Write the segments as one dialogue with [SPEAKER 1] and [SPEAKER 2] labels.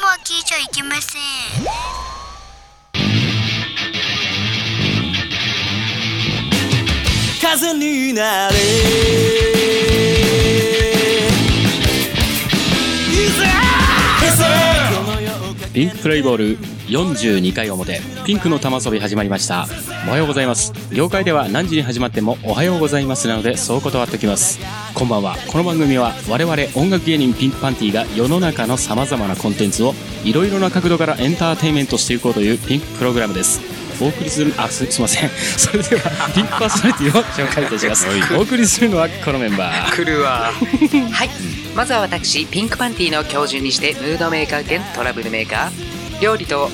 [SPEAKER 1] いけません
[SPEAKER 2] 風になれ
[SPEAKER 3] ピンクプレイボール42回表ピンクの玉遊び始まりましたおはようございます業界では何時に始まってもおはようございますなのでそう断っておきますこんばんはこの番組は我々音楽芸人ピンクパンティが世の中の様々なコンテンツをいろいろな角度からエンターテインメントしていこうというピンクプログラムですお送りするあすすいませんそれではピンクパーソナリティを紹介いたしますお送りするのはこのメンバー
[SPEAKER 4] 来るわ
[SPEAKER 5] はい、まずは私ピンクパンティの教授にしてムードメーカー兼トラブルメーカー料理と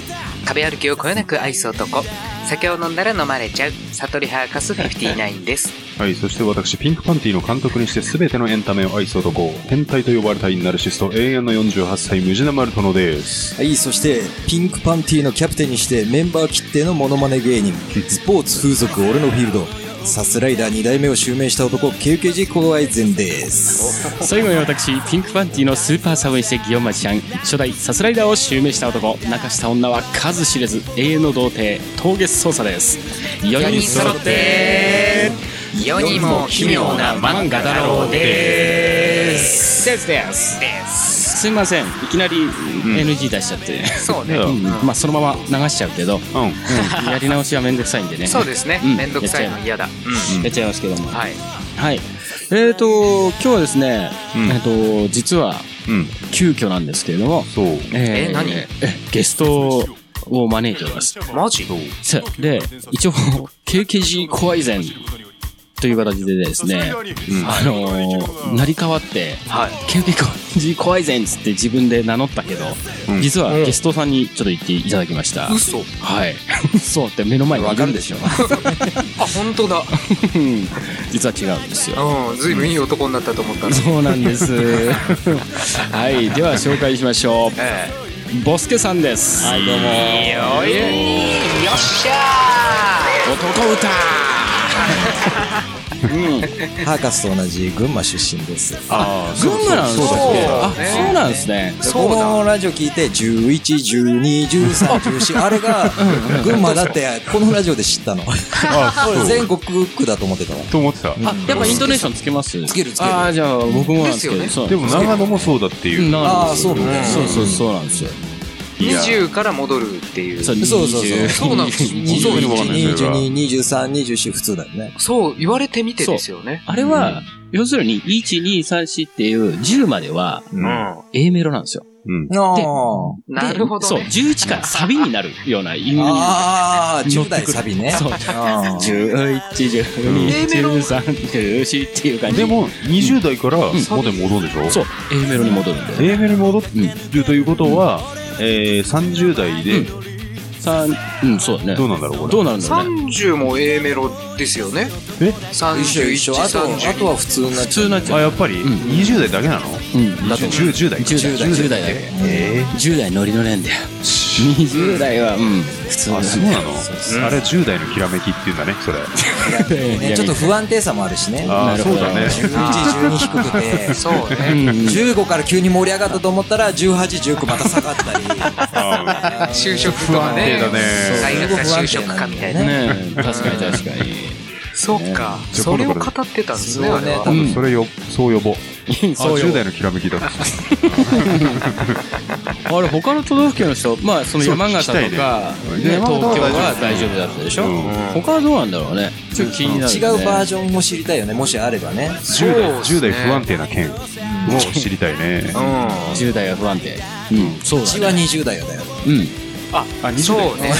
[SPEAKER 5] 壁歩きをこよなく愛す男酒を飲んだら飲まれちゃうサトリハーカス59です
[SPEAKER 6] はい、そして私、ピンクパンティの監督にして全てのエンタメを愛す男、変態と呼ばれたインナルシスト、永遠の48歳、ムジナマルトノです。
[SPEAKER 7] はい、そして、ピンクパンティーのキャプテンにして、メンバー切定のモノマネ芸人、スポーツ風俗俺のフィールド、サスライダー2代目を襲名した男、KKG 高愛善です。
[SPEAKER 3] 最後に私ピンクパンティのスーパーサブにして祇園町ちゃん初代サスライダーを襲名した男泣かした女は数知れず永遠の童貞凍月捜査です4人揃って
[SPEAKER 5] 世にも奇妙な漫画だろうです
[SPEAKER 3] ですですすいませんいきなり NG 出しちゃって、
[SPEAKER 5] そうね、
[SPEAKER 6] うん
[SPEAKER 3] まあそのまま流しちゃうけど、
[SPEAKER 6] うん。
[SPEAKER 3] うんやり直しはめんどくさいんでね
[SPEAKER 5] そうですね
[SPEAKER 3] うん
[SPEAKER 5] めんどくさいの嫌だう
[SPEAKER 3] やっちゃいますけども
[SPEAKER 5] んはい
[SPEAKER 3] はいえーと今日はですね、
[SPEAKER 6] うん
[SPEAKER 3] えーと実は
[SPEAKER 6] うん。
[SPEAKER 3] 急遽なんですけれども
[SPEAKER 6] そう。
[SPEAKER 3] え
[SPEAKER 5] え何
[SPEAKER 3] ゲストを招いております。
[SPEAKER 5] マジ
[SPEAKER 6] そう。
[SPEAKER 3] さあで、一応、KKG 怖いぜんという形でですね、
[SPEAKER 6] うん。
[SPEAKER 3] あのー、成り代わって、KKG 怖いぜんつって自分で名乗ったけど、
[SPEAKER 6] うん
[SPEAKER 3] 実はゲストさんにちょっと言っていただきました。
[SPEAKER 5] 嘘
[SPEAKER 3] はい。 そうって目の前にいるんでしょ。
[SPEAKER 5] あ本当だ
[SPEAKER 3] うん 実は違うんですよ。
[SPEAKER 5] うんずいぶんいい男になったと思ったら
[SPEAKER 3] そうなんです。 はい。では紹介しましょう。
[SPEAKER 5] え
[SPEAKER 3] ボスケさんです。はい、どうも。
[SPEAKER 5] えよっしゃ
[SPEAKER 3] 男歌うん、
[SPEAKER 7] ハーカスと同じ群馬出身です。
[SPEAKER 6] あ
[SPEAKER 3] 群馬なんですね
[SPEAKER 7] そう
[SPEAKER 3] あ
[SPEAKER 5] だそうだ
[SPEAKER 3] そうなんですね
[SPEAKER 7] このラジオ聞いて、11、12、13、14、あれが、群馬だって、このラジオで知ったの。
[SPEAKER 6] あ、
[SPEAKER 7] 俺
[SPEAKER 6] そう。
[SPEAKER 7] 全国区だと思ってたわ。
[SPEAKER 6] と思ってた。
[SPEAKER 3] あやっぱイントネーションつけます
[SPEAKER 7] つけるつける
[SPEAKER 3] ああじゃあ僕もなんですけど
[SPEAKER 5] です
[SPEAKER 3] そう
[SPEAKER 6] でも、長野もそうだって
[SPEAKER 3] う
[SPEAKER 6] い
[SPEAKER 3] ん
[SPEAKER 6] う。
[SPEAKER 3] なんですよ
[SPEAKER 7] あーそうね
[SPEAKER 3] そうそうそうなんですよ
[SPEAKER 5] ー20から戻るっていう
[SPEAKER 3] そう
[SPEAKER 7] そうそうそう
[SPEAKER 3] 20
[SPEAKER 5] そうなんですよ
[SPEAKER 3] 20
[SPEAKER 6] 本当にわかんない
[SPEAKER 7] 22、
[SPEAKER 6] それが
[SPEAKER 7] 23、24、普通だよね。
[SPEAKER 5] そう言われてみてですよね
[SPEAKER 3] あれは、要するに1234っていう10までは
[SPEAKER 6] うん。
[SPEAKER 3] A メロなんですよ
[SPEAKER 6] うん。
[SPEAKER 7] ああ
[SPEAKER 3] でで
[SPEAKER 5] なるほど
[SPEAKER 3] そう
[SPEAKER 5] ね
[SPEAKER 3] 11からサビになるような意味
[SPEAKER 7] ああ、10代サビね。
[SPEAKER 3] そう
[SPEAKER 7] あー
[SPEAKER 5] うん A メロ
[SPEAKER 3] 11121314っていう感じ
[SPEAKER 6] でも、20代から
[SPEAKER 3] ん
[SPEAKER 6] モデル戻るでしょ
[SPEAKER 3] そう A メロに戻るんで
[SPEAKER 6] A メロに戻るということは、えー、30代で、
[SPEAKER 3] 三うんそうだね
[SPEAKER 6] どうなんだろう、これ。
[SPEAKER 3] どうなるんだろうね
[SPEAKER 5] 30も A メロですよね
[SPEAKER 6] え
[SPEAKER 7] 一緒一緒。あと、あと
[SPEAKER 5] 3132
[SPEAKER 7] は普通になっ
[SPEAKER 3] 普
[SPEAKER 7] ちゃう
[SPEAKER 3] 通になっち
[SPEAKER 6] あ、
[SPEAKER 3] ゃう
[SPEAKER 6] やっぱり、
[SPEAKER 3] うん
[SPEAKER 6] 20代だけなの
[SPEAKER 3] うんだと思う
[SPEAKER 6] ?10 10代か。
[SPEAKER 3] 10代10代だよ
[SPEAKER 6] え
[SPEAKER 3] 10代ノリノリなんだよ20代はうん普通
[SPEAKER 6] ー、あ、
[SPEAKER 3] だ
[SPEAKER 6] そう
[SPEAKER 3] ね
[SPEAKER 6] なのあれ10代のきらめきっていうんだね、そ れ。
[SPEAKER 7] ね、ちょっと不安定さもあるしね。
[SPEAKER 6] あ
[SPEAKER 3] な
[SPEAKER 6] あ、
[SPEAKER 3] る
[SPEAKER 6] そ
[SPEAKER 3] ほ
[SPEAKER 6] う
[SPEAKER 3] ど
[SPEAKER 6] だね。
[SPEAKER 7] 11、12低くて。
[SPEAKER 5] そうね
[SPEAKER 7] 15から急に盛り上がったと思ったら18、19また下がったり
[SPEAKER 6] あ
[SPEAKER 5] 就職とかね
[SPEAKER 6] 不安定だね
[SPEAKER 5] 大学が就職かみたいな
[SPEAKER 7] ね
[SPEAKER 3] ねえ確かに確か
[SPEAKER 5] そっか
[SPEAKER 6] じゃあ
[SPEAKER 5] それを
[SPEAKER 6] 今
[SPEAKER 5] 語
[SPEAKER 6] 度から
[SPEAKER 5] ってたんですね
[SPEAKER 7] そう
[SPEAKER 5] あ
[SPEAKER 7] ね
[SPEAKER 5] れ
[SPEAKER 6] あ
[SPEAKER 5] は
[SPEAKER 6] 多分それよ、そう呼ぼう。
[SPEAKER 3] に
[SPEAKER 6] あ、10代のきらめきだ。
[SPEAKER 3] あれ他の都道府県の人まあその
[SPEAKER 6] そう
[SPEAKER 3] 山形とかね
[SPEAKER 6] 聞きたいね
[SPEAKER 3] 東
[SPEAKER 6] 山
[SPEAKER 3] 京
[SPEAKER 6] 形は
[SPEAKER 3] は大丈夫だったでしょ
[SPEAKER 6] うん
[SPEAKER 3] 他はどうなんだろうねちょっと気になる
[SPEAKER 7] 違
[SPEAKER 3] ね
[SPEAKER 7] うバージョンも知りたいよねもしあればね
[SPEAKER 6] 10代、
[SPEAKER 5] そうっすね
[SPEAKER 6] 10代不安定な県を知りたい
[SPEAKER 5] う
[SPEAKER 6] ね。
[SPEAKER 3] 10代は不安定うんそう
[SPEAKER 7] うち
[SPEAKER 3] だ
[SPEAKER 7] は
[SPEAKER 3] ね
[SPEAKER 7] 20代よだよ
[SPEAKER 3] うん
[SPEAKER 6] あ、
[SPEAKER 5] んそうね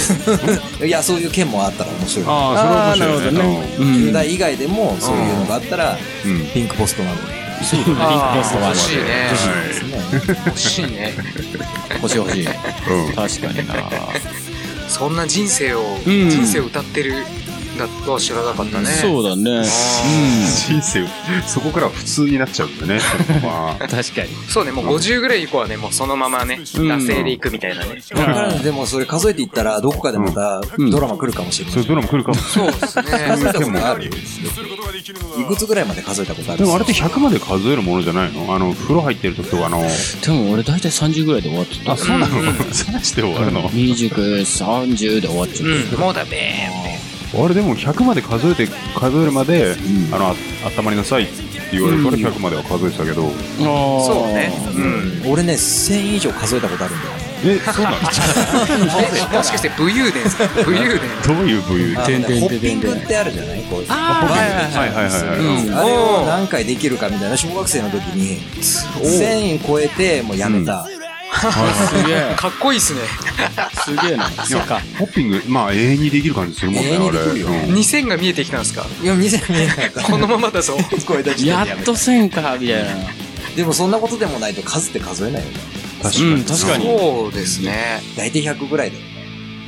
[SPEAKER 7] いやそういう件もあったら面白いよ
[SPEAKER 6] ああ、それ
[SPEAKER 3] あ
[SPEAKER 6] は面白い
[SPEAKER 3] ーなる
[SPEAKER 6] ね。
[SPEAKER 3] うん
[SPEAKER 7] 10代以外でもそういうのがあったら
[SPEAKER 6] うん
[SPEAKER 7] ピンクポストなどで
[SPEAKER 5] あ
[SPEAKER 3] ポスト
[SPEAKER 5] ー
[SPEAKER 3] は
[SPEAKER 5] 欲しいね
[SPEAKER 7] すね
[SPEAKER 5] 欲しいね
[SPEAKER 3] 欲しい欲しい
[SPEAKER 6] うん。うん
[SPEAKER 3] 確かにな
[SPEAKER 5] そんな人生を
[SPEAKER 3] うん
[SPEAKER 5] 人生を歌ってるだとは知らなかったね。
[SPEAKER 3] そうだね。
[SPEAKER 6] 人生、そこから普通になっちゃうんだね。まあ、
[SPEAKER 3] 確かに。
[SPEAKER 5] そうね、もう50ぐらい以降はね、もうそのまま
[SPEAKER 3] う
[SPEAKER 5] ね、
[SPEAKER 3] ん
[SPEAKER 5] 惰性で行くみたいなね。
[SPEAKER 7] わからんでもそれ数えていったら、どこかでまた
[SPEAKER 3] うん
[SPEAKER 7] ドラマ来るかもしれない。
[SPEAKER 6] そういうドラマ来るかも。
[SPEAKER 5] そうですね。
[SPEAKER 7] 数えたことあ
[SPEAKER 6] あ
[SPEAKER 7] るいくつぐらいまで数えたことある
[SPEAKER 6] でもあれって100まで数えるものじゃないのあの、風呂入ってる時とかあの、
[SPEAKER 3] でも俺大体30ぐらいで終わってた。
[SPEAKER 5] うなの
[SPEAKER 6] 話して終わるの。
[SPEAKER 3] 29、30で終わっちゃ
[SPEAKER 5] うん、もうだべ
[SPEAKER 6] あれでも100まで数えて、数えるまで、あの、あったまりなさいって言われるから100までは数えてたけど、
[SPEAKER 3] う。ああ。
[SPEAKER 5] そうね。うん。
[SPEAKER 7] 俺ね、1000以上数えたことあるんだよ。
[SPEAKER 6] え、そうなの
[SPEAKER 5] えもしかして武勇伝ですか武勇伝。
[SPEAKER 6] どういう部位
[SPEAKER 7] あの
[SPEAKER 3] てんてんてんてん
[SPEAKER 7] ねホッピングってあるじゃないこう。
[SPEAKER 5] あーはい
[SPEAKER 6] はいはいはいはい
[SPEAKER 3] うん
[SPEAKER 7] あれを何回できるかみたいな小学生の時に1000超えてもうやめた、
[SPEAKER 3] すげえ。
[SPEAKER 5] かっこいいっすね。
[SPEAKER 3] すげえな。そっか。
[SPEAKER 6] ホッピング、まあ永遠にできる感じするもんね、
[SPEAKER 7] 永遠
[SPEAKER 6] あ
[SPEAKER 7] に
[SPEAKER 6] れ。
[SPEAKER 7] できるよ
[SPEAKER 6] うん
[SPEAKER 5] 2000が見えてきたんですか
[SPEAKER 7] いや2000見えなかった
[SPEAKER 5] このままだぞ。
[SPEAKER 7] 超えた時
[SPEAKER 3] や
[SPEAKER 7] 点でや
[SPEAKER 3] っ
[SPEAKER 7] め
[SPEAKER 3] と
[SPEAKER 7] た
[SPEAKER 3] 1000か、みたいな。
[SPEAKER 7] でもそんなことでもないと数って数えないよね
[SPEAKER 6] 確
[SPEAKER 3] うん確かに
[SPEAKER 5] そうですね。
[SPEAKER 7] 大体100ぐらいだよ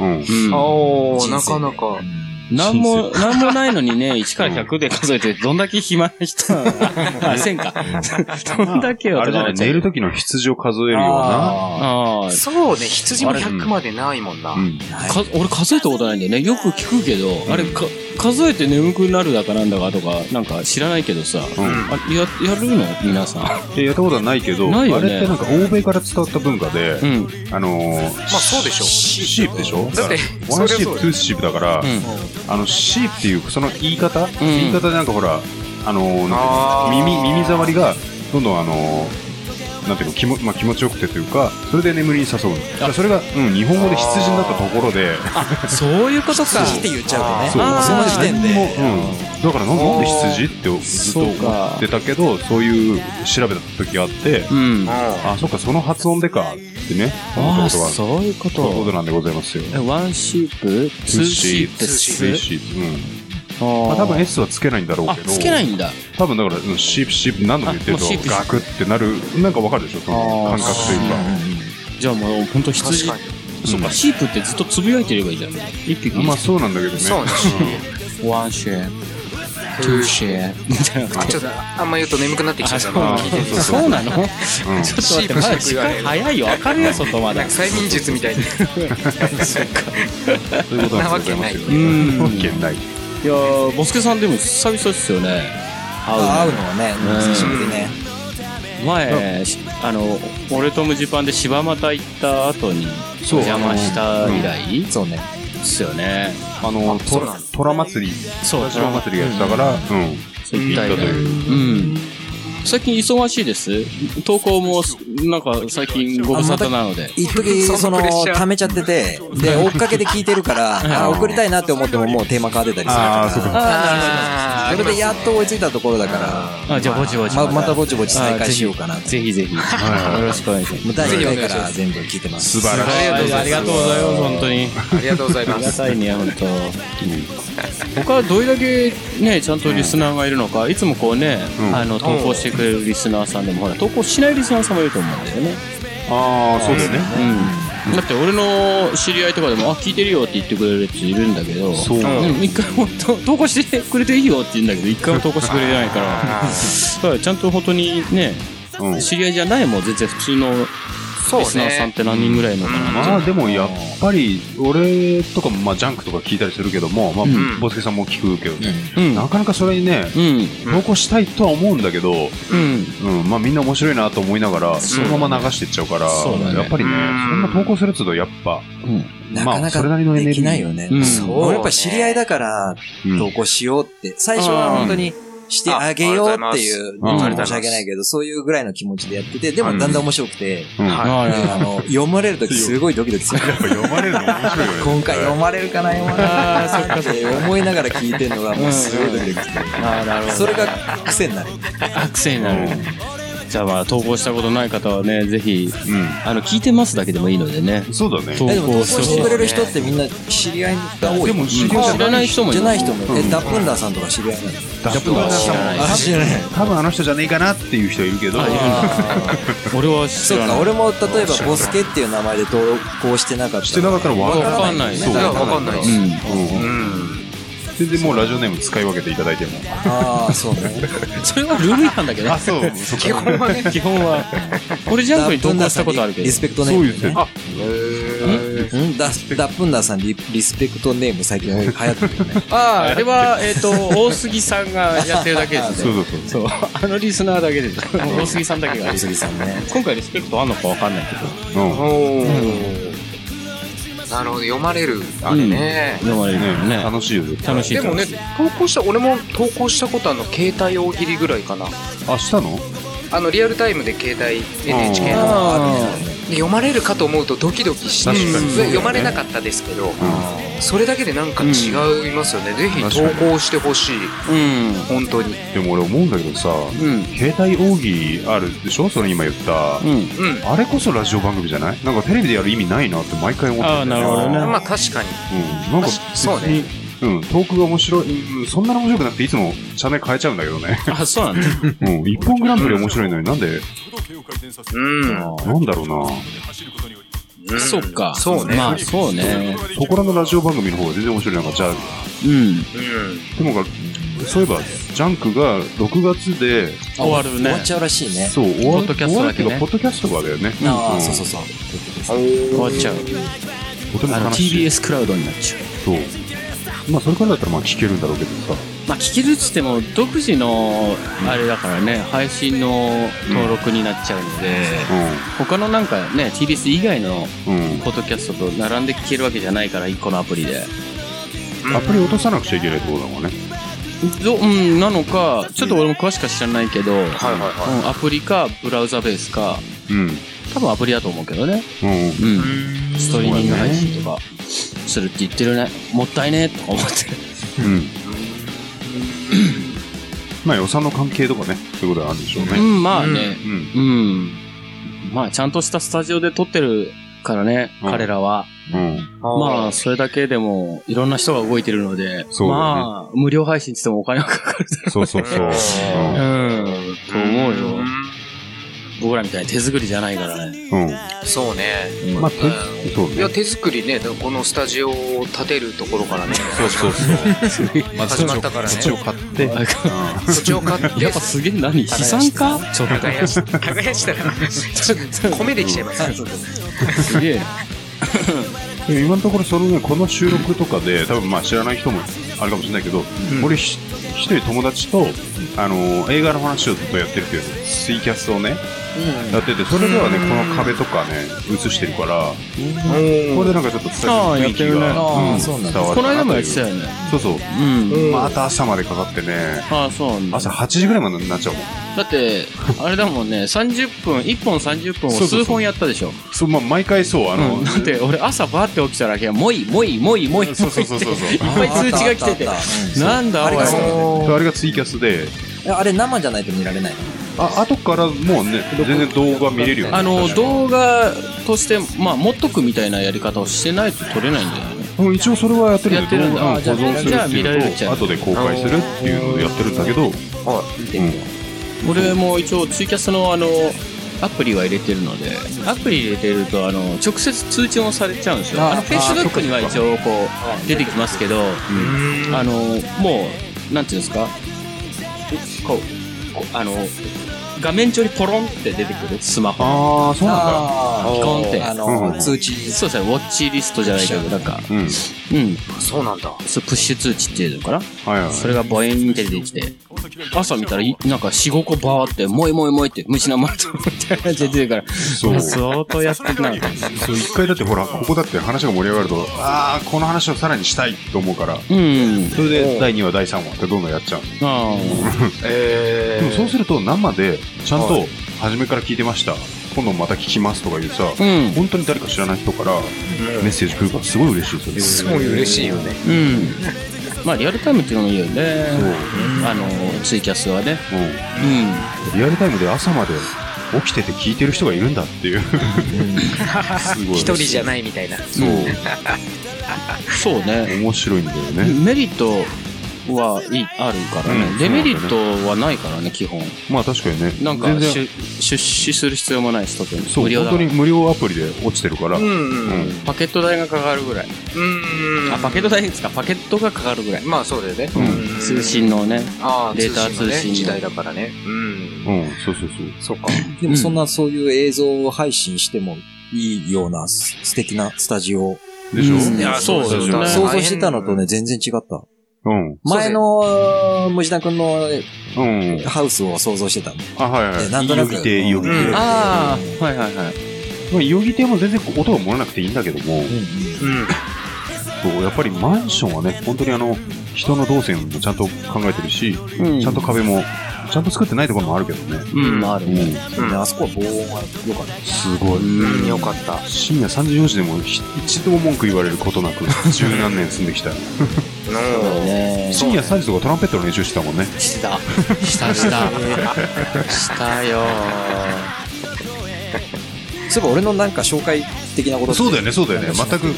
[SPEAKER 6] うん。
[SPEAKER 5] おー、
[SPEAKER 7] 人
[SPEAKER 5] な
[SPEAKER 7] 生
[SPEAKER 5] か
[SPEAKER 7] で
[SPEAKER 5] なか。
[SPEAKER 3] なんも、なんもないのにね、1から100で数えて、どんだけ暇な人なのあ、1000か。どんだけよ、
[SPEAKER 6] あれじゃない、寝る時の羊を数えるような。
[SPEAKER 7] あ
[SPEAKER 3] ああ。
[SPEAKER 5] そうね、羊も100までないもんな
[SPEAKER 6] う。ん。
[SPEAKER 7] ー
[SPEAKER 3] か俺数えたことないんだよね。よく聞くけど、あれか、数えて眠くなるだかなんだかとか、なんか知らないけどさ。
[SPEAKER 6] うん
[SPEAKER 3] あや、やるの皆さ
[SPEAKER 6] いややったことはないけど、
[SPEAKER 3] ないよ
[SPEAKER 6] あ
[SPEAKER 3] ね
[SPEAKER 6] れってなんか欧米から伝わった文化で、
[SPEAKER 3] ん。うん。
[SPEAKER 6] あのー、ま
[SPEAKER 5] まあそうでしょ
[SPEAKER 6] シープでしょ
[SPEAKER 5] だって
[SPEAKER 6] からワンシ
[SPEAKER 5] そ
[SPEAKER 6] ー
[SPEAKER 5] りゃそう
[SPEAKER 6] プ、
[SPEAKER 5] だ
[SPEAKER 6] ツーシープだから、あの、シープっていう、その言い方、言い方でなんかほら、あのーなん
[SPEAKER 5] あ
[SPEAKER 6] ていう
[SPEAKER 5] ー
[SPEAKER 6] の、耳、耳障りが、どんどんあのー、なんていうの気も、まあ、気持ちよくてというか、それで眠りに誘うの。だからそれが、うん、日本語で羊になったところで、
[SPEAKER 3] そういうことか。
[SPEAKER 7] って言っちゃうと
[SPEAKER 6] そう
[SPEAKER 7] ね
[SPEAKER 3] あー
[SPEAKER 7] その時点
[SPEAKER 6] もう
[SPEAKER 7] で
[SPEAKER 6] うん、だからなんなんで羊ってずっ
[SPEAKER 3] そ
[SPEAKER 6] と
[SPEAKER 3] うか
[SPEAKER 6] 思ってたけどそういう調べた時があって
[SPEAKER 3] うん。
[SPEAKER 6] あそっかその発音でかってね
[SPEAKER 3] あ
[SPEAKER 6] 思
[SPEAKER 3] あ、
[SPEAKER 6] ったことがそう
[SPEAKER 3] そういうこ
[SPEAKER 6] いうこと
[SPEAKER 3] と。
[SPEAKER 6] なんでございますよ
[SPEAKER 3] えワンシープツーシープ
[SPEAKER 6] ツーシープツーシープうん
[SPEAKER 3] あ
[SPEAKER 6] ま
[SPEAKER 3] ー
[SPEAKER 6] あ多分 S はつけないんだろう
[SPEAKER 3] あ、
[SPEAKER 6] けど
[SPEAKER 3] つけないんだ。
[SPEAKER 6] 多分だからうんシープシープ何度も言ってる
[SPEAKER 3] あもうシープ
[SPEAKER 6] とガクってなるなんかわかるでしょその
[SPEAKER 3] あー
[SPEAKER 6] 感覚というか
[SPEAKER 3] じゃあもう本当
[SPEAKER 5] 確
[SPEAKER 3] 羊
[SPEAKER 5] か。に。
[SPEAKER 3] そうか、シープってずっとつぶやいてればいいじゃん。一匹。
[SPEAKER 6] まあそうなんだけどね
[SPEAKER 5] そうね
[SPEAKER 3] ワンシェー、ツーシェー、みたい な。
[SPEAKER 5] ちょっと、あんま言うと眠くなってきちゃった
[SPEAKER 6] あ
[SPEAKER 5] な。
[SPEAKER 6] そうそうそう
[SPEAKER 3] そうなのちょっ
[SPEAKER 6] うんうん
[SPEAKER 3] と待って、まだ時間早いよ。明るいよ、外ま
[SPEAKER 5] なん
[SPEAKER 3] だ
[SPEAKER 5] か。催眠術み たいに。
[SPEAKER 6] そういうことなんでございますよ
[SPEAKER 3] なわ
[SPEAKER 6] わ
[SPEAKER 3] け
[SPEAKER 6] けない
[SPEAKER 3] いやー、ボスケさんでも久々ですよね。会
[SPEAKER 7] あ合
[SPEAKER 3] う
[SPEAKER 7] うのはね
[SPEAKER 3] ん
[SPEAKER 7] 久しぶりね
[SPEAKER 3] の。前、しあの、俺とムジパンで柴又行った後に、お
[SPEAKER 6] そう
[SPEAKER 3] 邪魔した以来で
[SPEAKER 7] そうね
[SPEAKER 3] すよね。
[SPEAKER 6] あの
[SPEAKER 5] そ
[SPEAKER 6] ト
[SPEAKER 5] うな
[SPEAKER 6] ラ
[SPEAKER 5] んだ
[SPEAKER 6] トラ祭り
[SPEAKER 3] そう
[SPEAKER 6] トラ祭りがやってたからうん
[SPEAKER 3] 一体
[SPEAKER 6] 行ったという
[SPEAKER 3] うん。最近忙しいです投稿も、なんか最近ご無沙汰なので。
[SPEAKER 7] 一時
[SPEAKER 5] そ
[SPEAKER 7] そ
[SPEAKER 5] の
[SPEAKER 7] の
[SPEAKER 5] プレッシャー
[SPEAKER 7] 溜めちゃっててで追っかけて聞いてるからあ送りたいなって思ってももうテーマ変わってたりする
[SPEAKER 6] あーそう
[SPEAKER 7] か
[SPEAKER 6] から
[SPEAKER 5] あ
[SPEAKER 7] それでやっと追いついたところだ
[SPEAKER 5] あ
[SPEAKER 7] か
[SPEAKER 3] あ、じゃあぼちぼち。
[SPEAKER 7] らままたぼちぼち再開しようかな
[SPEAKER 3] あ
[SPEAKER 7] って
[SPEAKER 3] ぜひぜひ。
[SPEAKER 6] はい
[SPEAKER 3] よろしくお願いします。
[SPEAKER 7] 無駄にないか
[SPEAKER 5] ぜひお願いしま
[SPEAKER 7] ら
[SPEAKER 5] す
[SPEAKER 7] 全部聞いてま
[SPEAKER 6] 素
[SPEAKER 7] す
[SPEAKER 6] 晴らしい
[SPEAKER 3] ありがとうございます、本当に。
[SPEAKER 5] ありがとうござい
[SPEAKER 3] あ
[SPEAKER 5] ま
[SPEAKER 3] りが
[SPEAKER 5] す。
[SPEAKER 3] たいね、本当。他はどれだけね、ちゃんとリスナーがいるのか、いつもこうね、
[SPEAKER 6] うん
[SPEAKER 3] あの、投稿してくれるリスナーさんでも、ほら、投稿しないリスナーさんもいると思うんだよね。
[SPEAKER 6] ああそうだよね
[SPEAKER 3] うん。だって俺の知り合いとかでも、あ、聞いてるよって言ってくれるやついるんだけど、
[SPEAKER 6] そう
[SPEAKER 3] うん一回もと投稿してくれていいよって言うんだけど、一回も投稿してくれないから、だからちゃんと本当にね、
[SPEAKER 6] うん
[SPEAKER 3] 知り合いじゃないもん、全然普通の
[SPEAKER 5] そう
[SPEAKER 3] リスナーさんっ
[SPEAKER 5] ね。
[SPEAKER 3] て何人ぐらいいるのかな。
[SPEAKER 6] まあでもやっぱり俺とかもまあジャンクとか聞いたりするけども、まあ
[SPEAKER 3] うん
[SPEAKER 6] ボスケさんも聞くけど、
[SPEAKER 3] うん。
[SPEAKER 6] なかなかそれにね、
[SPEAKER 3] うん。
[SPEAKER 6] 投稿したいとは思うんだけど、
[SPEAKER 3] うん。
[SPEAKER 6] うんまあ、みんな面白いなと思いながらそのまま流していっちゃうから、
[SPEAKER 3] そうだね
[SPEAKER 6] やっぱりねそんな投稿するやつとやっぱ、
[SPEAKER 3] うん
[SPEAKER 7] な
[SPEAKER 6] ま
[SPEAKER 7] かな
[SPEAKER 6] あそれなり
[SPEAKER 7] か
[SPEAKER 6] のエネル
[SPEAKER 7] で
[SPEAKER 6] ギ
[SPEAKER 7] き
[SPEAKER 6] ー
[SPEAKER 7] ないよね
[SPEAKER 3] うん。
[SPEAKER 5] そうね
[SPEAKER 7] 俺やっぱ知り合いだから
[SPEAKER 6] うん
[SPEAKER 7] 投稿しようって、最初は本当にしてあげようっていう、
[SPEAKER 6] あありがとうござい
[SPEAKER 7] 申
[SPEAKER 5] ます
[SPEAKER 7] し訳ないけど、そういうぐらいの気持ちでやってて、でもだんだん面白くて、
[SPEAKER 6] うん
[SPEAKER 5] は
[SPEAKER 3] あ
[SPEAKER 7] ねあの、読まれるときすごいドキドキする。
[SPEAKER 6] やっぱ読まれるの面白い よね
[SPEAKER 7] 今回読まれるかな、読まれる
[SPEAKER 3] あそ
[SPEAKER 7] か
[SPEAKER 3] っ
[SPEAKER 7] な
[SPEAKER 3] か
[SPEAKER 7] っ
[SPEAKER 3] そって
[SPEAKER 7] 思いながら聞いてるのが、もうすごいドキドキする。
[SPEAKER 3] ああ、なるほど。
[SPEAKER 7] それが癖になる。
[SPEAKER 3] 癖になる。じゃあまあ、投稿したことない方はね、ぜひ、
[SPEAKER 6] うん
[SPEAKER 3] あの、聞いてますだけでもいいのでね。
[SPEAKER 6] そうだね
[SPEAKER 3] そう
[SPEAKER 7] えでも、投稿してくれる人ってみんな知り合いが多い。
[SPEAKER 6] でも
[SPEAKER 3] 知
[SPEAKER 6] 知り合い
[SPEAKER 3] らない人もい
[SPEAKER 7] じ
[SPEAKER 3] る
[SPEAKER 7] ゃない人も。え、ダップンダーさんとか知り合いなの
[SPEAKER 6] ダップ
[SPEAKER 3] ダップは知らない
[SPEAKER 6] は
[SPEAKER 7] 知らない。
[SPEAKER 6] 多分あの人じゃねえかなっていう人いるけど
[SPEAKER 3] あいるん俺は
[SPEAKER 7] そ
[SPEAKER 3] 知
[SPEAKER 7] う
[SPEAKER 3] ら
[SPEAKER 7] か、
[SPEAKER 3] ない。
[SPEAKER 7] 俺も例えば、ボスケっていう名前で登録してなかったら。
[SPEAKER 6] してなかったら分
[SPEAKER 3] わ
[SPEAKER 6] からない
[SPEAKER 3] かんないね。
[SPEAKER 5] そう
[SPEAKER 3] う
[SPEAKER 5] わかんないです
[SPEAKER 3] ん。
[SPEAKER 6] うん
[SPEAKER 5] うん。
[SPEAKER 6] 全然もうラジオネーム使い分けていただいても。
[SPEAKER 7] ああ、そうね。
[SPEAKER 3] それはルール違反だけどね。
[SPEAKER 6] そう、そ
[SPEAKER 3] 基本はね、基本は。これジャンプに投稿したことあるけど
[SPEAKER 7] リ。スペクトネー
[SPEAKER 6] そ
[SPEAKER 7] ム
[SPEAKER 6] う
[SPEAKER 7] ね。
[SPEAKER 6] ですね。あ、えー
[SPEAKER 7] うん、ダダップンダーさんリリスペクトネーム最近流行ってるよね。
[SPEAKER 3] ああ、あれは、えっ、と、大杉さんがやってるだけです
[SPEAKER 6] そ
[SPEAKER 3] ね。
[SPEAKER 6] うそうそ
[SPEAKER 3] そ
[SPEAKER 6] う。
[SPEAKER 3] う。あのリスナーだけです。大杉さんだけが。
[SPEAKER 7] 小杉さんね。
[SPEAKER 3] 今回リスペクトあんのかわかんないけど。
[SPEAKER 6] うん
[SPEAKER 5] なるほど読まれるあれね、
[SPEAKER 3] 読まれるよ
[SPEAKER 6] ね、
[SPEAKER 3] ね。
[SPEAKER 6] 楽しいよ絶対
[SPEAKER 3] 楽しい
[SPEAKER 5] でもね投稿した俺も投稿したことあるの携帯大喜利ぐらいかな
[SPEAKER 6] あしたの
[SPEAKER 5] あのリアルタイムで携帯 NHK の
[SPEAKER 3] あ
[SPEAKER 5] で読まれるかと思うとドキドキして
[SPEAKER 6] 確かに
[SPEAKER 5] で読まれなかったですけど、それだけでなんか違いますよね、ぜひ
[SPEAKER 6] 確
[SPEAKER 5] 投
[SPEAKER 6] かに
[SPEAKER 5] 稿してほしい
[SPEAKER 3] あ。うん。
[SPEAKER 5] 本当に
[SPEAKER 6] でも俺思うんだけどさ
[SPEAKER 3] うん。
[SPEAKER 6] 携帯奥義あるでしょその今言った、
[SPEAKER 3] うん。
[SPEAKER 5] うん
[SPEAKER 6] あれこそラジオ番組じゃないなんかテレビでやる意味ないなって毎回思って
[SPEAKER 3] ああ、なるほどね。
[SPEAKER 5] まあ確かに
[SPEAKER 6] うん、なんか
[SPEAKER 5] そうね
[SPEAKER 6] 別にうん、トークが面白い、うん、そんなに面白くなくていつもチャンネル変えちゃうんだけ どね、
[SPEAKER 3] あ、そうなんだ。
[SPEAKER 6] うん、一本グランプリ面白いのになんで
[SPEAKER 5] うん、
[SPEAKER 6] なんだろうな
[SPEAKER 5] うん
[SPEAKER 3] そっか。
[SPEAKER 5] そうね、
[SPEAKER 3] まあ、そうね。
[SPEAKER 6] そこらのラジオ番組の方が全然面白いなんかじゃあ
[SPEAKER 3] うん。
[SPEAKER 5] うん
[SPEAKER 6] でもがそういえばジャンクが6月で
[SPEAKER 3] 終わる
[SPEAKER 7] 終わ
[SPEAKER 3] ね
[SPEAKER 7] っ。ちゃうらしいね。
[SPEAKER 6] そう終わ
[SPEAKER 3] ポッドキャストだけね
[SPEAKER 6] 終わるどポッドキャストがだよね
[SPEAKER 7] あ
[SPEAKER 6] ん
[SPEAKER 7] あ、そうそうそう。
[SPEAKER 3] 終わっちゃう。
[SPEAKER 6] とても
[SPEAKER 3] あの、
[SPEAKER 6] 悲しい
[SPEAKER 3] TBS クラウドになっちゃう。
[SPEAKER 6] そうまあそれからだったらまあ聞けるんだろうけどさ
[SPEAKER 3] まあ、聞けるっつっても、独自の、あれだからね、配信の登録になっちゃうので、他のなんかね、TBS 以外の
[SPEAKER 6] うんうん
[SPEAKER 3] ポッドキャストと並んで聞けるわけじゃないから、1個のアプリで。
[SPEAKER 6] アプリ落とさなくちゃいけないってことだもんね
[SPEAKER 3] どうん、なのか、ちょっと俺も詳しくは知らないけど、
[SPEAKER 5] はいはいは
[SPEAKER 3] うん、アプリか、ブラウザベースか、
[SPEAKER 6] うん
[SPEAKER 3] 多分アプリだと思うけどね。
[SPEAKER 6] うん
[SPEAKER 3] うん
[SPEAKER 5] い。うん
[SPEAKER 3] ストリーミング配信とかするって言ってるね。もったいねとか思って。
[SPEAKER 6] うん まあ予算の関係とかねそういうことはあるんでしょう
[SPEAKER 3] う
[SPEAKER 6] ね
[SPEAKER 3] ん、まあね。
[SPEAKER 6] う
[SPEAKER 3] う
[SPEAKER 6] ん
[SPEAKER 3] ん。まあ、ちゃんとしたスタジオで撮ってるからね、
[SPEAKER 6] うん
[SPEAKER 3] 彼らは。
[SPEAKER 6] うん
[SPEAKER 3] まあ、それだけでも、いろんな人が動いてるので、
[SPEAKER 6] そうだね
[SPEAKER 3] まあ、無料配信って言ってもお金はかかる。
[SPEAKER 6] そうそうそ
[SPEAKER 5] うん
[SPEAKER 6] う
[SPEAKER 3] う
[SPEAKER 6] う
[SPEAKER 3] ん。と思うよ
[SPEAKER 5] ん。
[SPEAKER 3] 僕らみたいに手作りじゃないからね。
[SPEAKER 6] ん
[SPEAKER 5] そうね
[SPEAKER 6] うんまあとそう
[SPEAKER 5] いや
[SPEAKER 6] ね
[SPEAKER 5] 手作りねこのスタジオを建てるところからね
[SPEAKER 6] そうそうそうま
[SPEAKER 5] 始まったからね
[SPEAKER 6] 土を買ってうん
[SPEAKER 5] 土地を買っ て
[SPEAKER 3] やっぱすげえ何 悲惨か
[SPEAKER 5] ちょっと耕し耕したら ちょっと米できちゃいますね
[SPEAKER 3] すげえ。
[SPEAKER 6] でも今のところそのねこの収録とかで多分まあ知らない人もあるかもしれないけど、俺ひ一人友達と、あのー映画の話をずっとやってるっていうツイキャスをね、やっててそれではねこの壁とかね映してるから、これでなんかちょっとスタジオ
[SPEAKER 3] あ
[SPEAKER 6] の雰囲気
[SPEAKER 3] ーやってるね
[SPEAKER 6] が、
[SPEAKER 7] あー
[SPEAKER 6] ん
[SPEAKER 7] そうなんだ
[SPEAKER 6] 伝わ
[SPEAKER 3] こ
[SPEAKER 6] る
[SPEAKER 3] の
[SPEAKER 6] かな
[SPEAKER 3] 間も
[SPEAKER 6] とい
[SPEAKER 3] や
[SPEAKER 6] う
[SPEAKER 3] ってたよね。
[SPEAKER 6] そうそう、
[SPEAKER 3] うん。
[SPEAKER 6] また朝までかかってね
[SPEAKER 3] ああ、そうなんだ。
[SPEAKER 6] 朝8時ぐらいまでになっちゃうもん
[SPEAKER 3] だって、あれだもんね、30分、1本30分を
[SPEAKER 6] そうそうそ
[SPEAKER 3] 数
[SPEAKER 6] う
[SPEAKER 3] 本やったでしょ。
[SPEAKER 6] そう、まあ、毎回そうあの、
[SPEAKER 3] うんだって、俺朝バーって起きたら、もういい、もういい、もういい、もういい、もういい
[SPEAKER 6] そう
[SPEAKER 3] って、
[SPEAKER 6] そうそうそう
[SPEAKER 3] いっぱい通知が来てて
[SPEAKER 7] ああったあったあったう。ん
[SPEAKER 3] なんだ、
[SPEAKER 7] あれ
[SPEAKER 3] おい
[SPEAKER 7] がそうなんだよね
[SPEAKER 6] あれがツイキャスで
[SPEAKER 7] いやあれ生じゃないと見られない。
[SPEAKER 6] あ後からもうね全然動画見れるよね
[SPEAKER 3] あの、
[SPEAKER 6] 確かに
[SPEAKER 3] 動画として、まあ、持っとくみたいなやり方をしてないと撮れないんだよね。
[SPEAKER 6] うん一応それはやってる
[SPEAKER 3] やっ
[SPEAKER 6] ん
[SPEAKER 3] て
[SPEAKER 6] で
[SPEAKER 3] るん
[SPEAKER 6] 動
[SPEAKER 3] だ
[SPEAKER 6] 画を
[SPEAKER 3] あ
[SPEAKER 6] 保
[SPEAKER 3] じゃあ
[SPEAKER 6] 存するって
[SPEAKER 3] じゃあ見られるっち
[SPEAKER 6] いう
[SPEAKER 3] ゃ
[SPEAKER 6] のと後で公開するっていうのをやってるんだけど
[SPEAKER 3] 俺も一応、ツイキャスの、あの、アプリは入れてるので、アプリ入れてると、あの、直接通知もされちゃうんですよ。
[SPEAKER 7] あ
[SPEAKER 3] あの、
[SPEAKER 7] あ
[SPEAKER 3] Facebook には一応、こう、出てきますけど、あのもうなんていうんですかこうこうあの画面上にポロンって出てくるスマホ
[SPEAKER 6] ああそうなんだ
[SPEAKER 7] あ
[SPEAKER 3] ピコンって
[SPEAKER 7] あ、あの
[SPEAKER 6] う、ん
[SPEAKER 7] 通知。
[SPEAKER 3] そうですねウォッチリストじゃないけどなんか
[SPEAKER 6] うん
[SPEAKER 3] うん
[SPEAKER 5] そうなんだ
[SPEAKER 3] そうプッシュ通知っていうのかな
[SPEAKER 6] はいはい
[SPEAKER 3] それがボエンって出てきて朝見たらいなんか45個バーって「もいもいもい」って虫なまるとみたいな感じで出てくる
[SPEAKER 6] そ
[SPEAKER 3] から
[SPEAKER 6] う
[SPEAKER 3] 相当やってるなみたいな
[SPEAKER 6] そう一回だってほらここだって話が盛り上がるとああこの話をさらにしたいと思うから
[SPEAKER 3] うん
[SPEAKER 6] それで第2話第3話ってどんどんやっちゃう
[SPEAKER 3] あ
[SPEAKER 5] え
[SPEAKER 6] でもそうすると生でちゃんと初めから聞いてました今度また聞きますとかいうさ
[SPEAKER 3] あうん
[SPEAKER 6] 本当に誰か知らない人からメッセージ来るからすごい嬉しいです
[SPEAKER 5] す
[SPEAKER 6] よ
[SPEAKER 5] ごい嬉しいよね
[SPEAKER 3] うんまあリアルタイムっていうのもいいよねあのツイキャスはね
[SPEAKER 6] そううん
[SPEAKER 3] うん
[SPEAKER 6] リアルタイムで朝まで起きてて聞いてる人がいるんだっていう。すごい。
[SPEAKER 5] 一人じゃ
[SPEAKER 6] い。
[SPEAKER 5] ないみたいな
[SPEAKER 6] そう。
[SPEAKER 3] そうね
[SPEAKER 6] 面白いんだよね。
[SPEAKER 3] メリットはいいあるからね、
[SPEAKER 6] うん
[SPEAKER 3] デメリットはないからね基本
[SPEAKER 6] まあ確かにね。
[SPEAKER 3] なんか
[SPEAKER 6] 全然
[SPEAKER 3] 出出資する必要もない人で
[SPEAKER 6] そう
[SPEAKER 3] 無料だ
[SPEAKER 6] 本当に無料アプリで落ちてるから、
[SPEAKER 5] うんうんうん
[SPEAKER 6] ん
[SPEAKER 3] パケット代がかかるぐらい、
[SPEAKER 5] うん
[SPEAKER 3] あパケット代ですかパケットがかかるぐらい
[SPEAKER 5] まあそうだよね、
[SPEAKER 6] うん
[SPEAKER 3] 通信のね
[SPEAKER 5] ああ
[SPEAKER 3] データ
[SPEAKER 5] のね
[SPEAKER 3] 通信の
[SPEAKER 5] 時代だからねうん
[SPEAKER 6] うん、そうそうそ
[SPEAKER 5] そ
[SPEAKER 6] う。
[SPEAKER 5] うか
[SPEAKER 7] でもそんなそういう映像を配信してもいいようなす素敵なスタジオ。
[SPEAKER 6] でしょ、
[SPEAKER 3] うんいやそう
[SPEAKER 5] そうそう
[SPEAKER 3] ね
[SPEAKER 7] 想像してたのとね、全然違った。
[SPEAKER 6] うん、
[SPEAKER 7] 前の、ムジナ君の
[SPEAKER 6] うん。
[SPEAKER 7] ハウスを想像してたんで。
[SPEAKER 6] あ、はいはい。
[SPEAKER 7] なんとなく
[SPEAKER 6] いいよぎて、いいよぎて。
[SPEAKER 5] うん
[SPEAKER 6] ま
[SPEAKER 3] ああはいはいはい
[SPEAKER 6] あ、いいよぎても全然音は漏れなくていいんだけど
[SPEAKER 5] う
[SPEAKER 6] も、
[SPEAKER 5] ん
[SPEAKER 6] そうやっぱりマンションはね、本当にあの、人の動線もちゃんと考えてるし、
[SPEAKER 3] うん
[SPEAKER 6] ちゃんと壁も、ちゃんと作ってないところもあるけどね。
[SPEAKER 3] うんあるね、
[SPEAKER 5] うん
[SPEAKER 7] ねあそこは防音が良かった。
[SPEAKER 6] すごい。
[SPEAKER 5] うんよかった
[SPEAKER 6] 深夜3時4時でもひ一度も文句言われることなく、十何年住んできた。
[SPEAKER 5] うん
[SPEAKER 3] ね
[SPEAKER 6] 深夜3時とかトランペットの練習してたもんね。
[SPEAKER 3] したしたしたしたよ
[SPEAKER 7] そういえば俺のなんか紹介的なことって
[SPEAKER 6] そうだよね、そうだよね。全く、
[SPEAKER 3] うん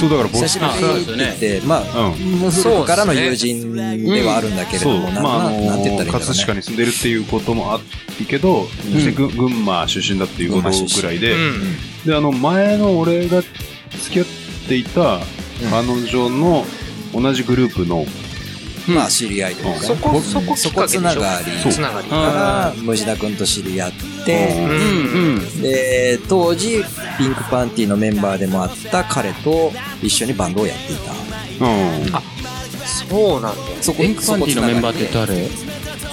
[SPEAKER 6] そうだから、
[SPEAKER 7] 久しぶ
[SPEAKER 3] あそうで
[SPEAKER 7] りって
[SPEAKER 3] す
[SPEAKER 7] 言
[SPEAKER 3] ね
[SPEAKER 7] って、まあ、
[SPEAKER 6] う
[SPEAKER 7] もう古くからの友人ではあるんだけれど
[SPEAKER 6] そう、
[SPEAKER 7] も、な
[SPEAKER 6] まあ、あ
[SPEAKER 7] なな
[SPEAKER 6] の
[SPEAKER 7] んて言ったらいいんだろうね。
[SPEAKER 6] 葛飾に住んでるっていうこともあるけど、そしてぐ群馬出身だっていうことぐらいで、で、あの、前の俺が付き合っていた彼女の同じグループの、
[SPEAKER 7] まあ知り合いというか、
[SPEAKER 5] そこそこき
[SPEAKER 7] そ
[SPEAKER 5] っか
[SPEAKER 7] こ
[SPEAKER 5] け
[SPEAKER 7] つ
[SPEAKER 5] で
[SPEAKER 7] な
[SPEAKER 5] しょ
[SPEAKER 7] がり
[SPEAKER 6] そう
[SPEAKER 5] つながり
[SPEAKER 7] からムジダ君と知り合って、
[SPEAKER 5] う
[SPEAKER 3] うんん
[SPEAKER 7] で当時ピンクパンティのメンバーでもあった彼と一緒にバンドをやっていた
[SPEAKER 6] うん。あ
[SPEAKER 5] そうなんだよ
[SPEAKER 7] そこ
[SPEAKER 3] エンクパンティのメンバーって
[SPEAKER 7] そこ
[SPEAKER 3] 誰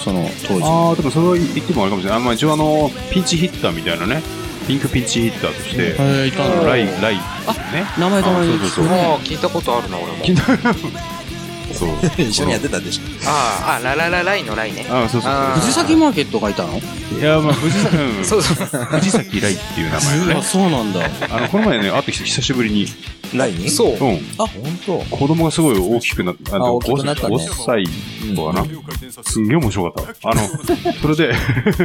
[SPEAKER 3] その当時
[SPEAKER 6] あー、でもそれは言ってもあれかもしれない。あまあ、一応あの、ピンチヒッターみたいなね、ピンクピンチヒッターとして、
[SPEAKER 3] えーいた
[SPEAKER 6] あ
[SPEAKER 3] の
[SPEAKER 6] のライ、ライ、ね。
[SPEAKER 3] 名前名前
[SPEAKER 6] あそうそうそう。
[SPEAKER 5] ああ聞いたことあるな俺も
[SPEAKER 6] 聞いたそう。
[SPEAKER 7] つながり一緒にやってたでしょ
[SPEAKER 5] あああラララライのライね
[SPEAKER 6] あーそうそう
[SPEAKER 5] あ
[SPEAKER 3] 藤崎マーケットがいたの
[SPEAKER 6] そう。いや、まあ、藤崎、うん
[SPEAKER 5] そうそう
[SPEAKER 6] 藤崎ライっていう名前のね
[SPEAKER 3] あ。そうなんだ
[SPEAKER 6] あの、この前ね、会ってきて久しぶりに、、
[SPEAKER 7] ライン
[SPEAKER 5] そううん
[SPEAKER 7] あ本当
[SPEAKER 6] 子供がすごい大きくなっあ
[SPEAKER 7] あ大きくなったね
[SPEAKER 6] 5歳とかな。すんげえ面白かった。あの、それで、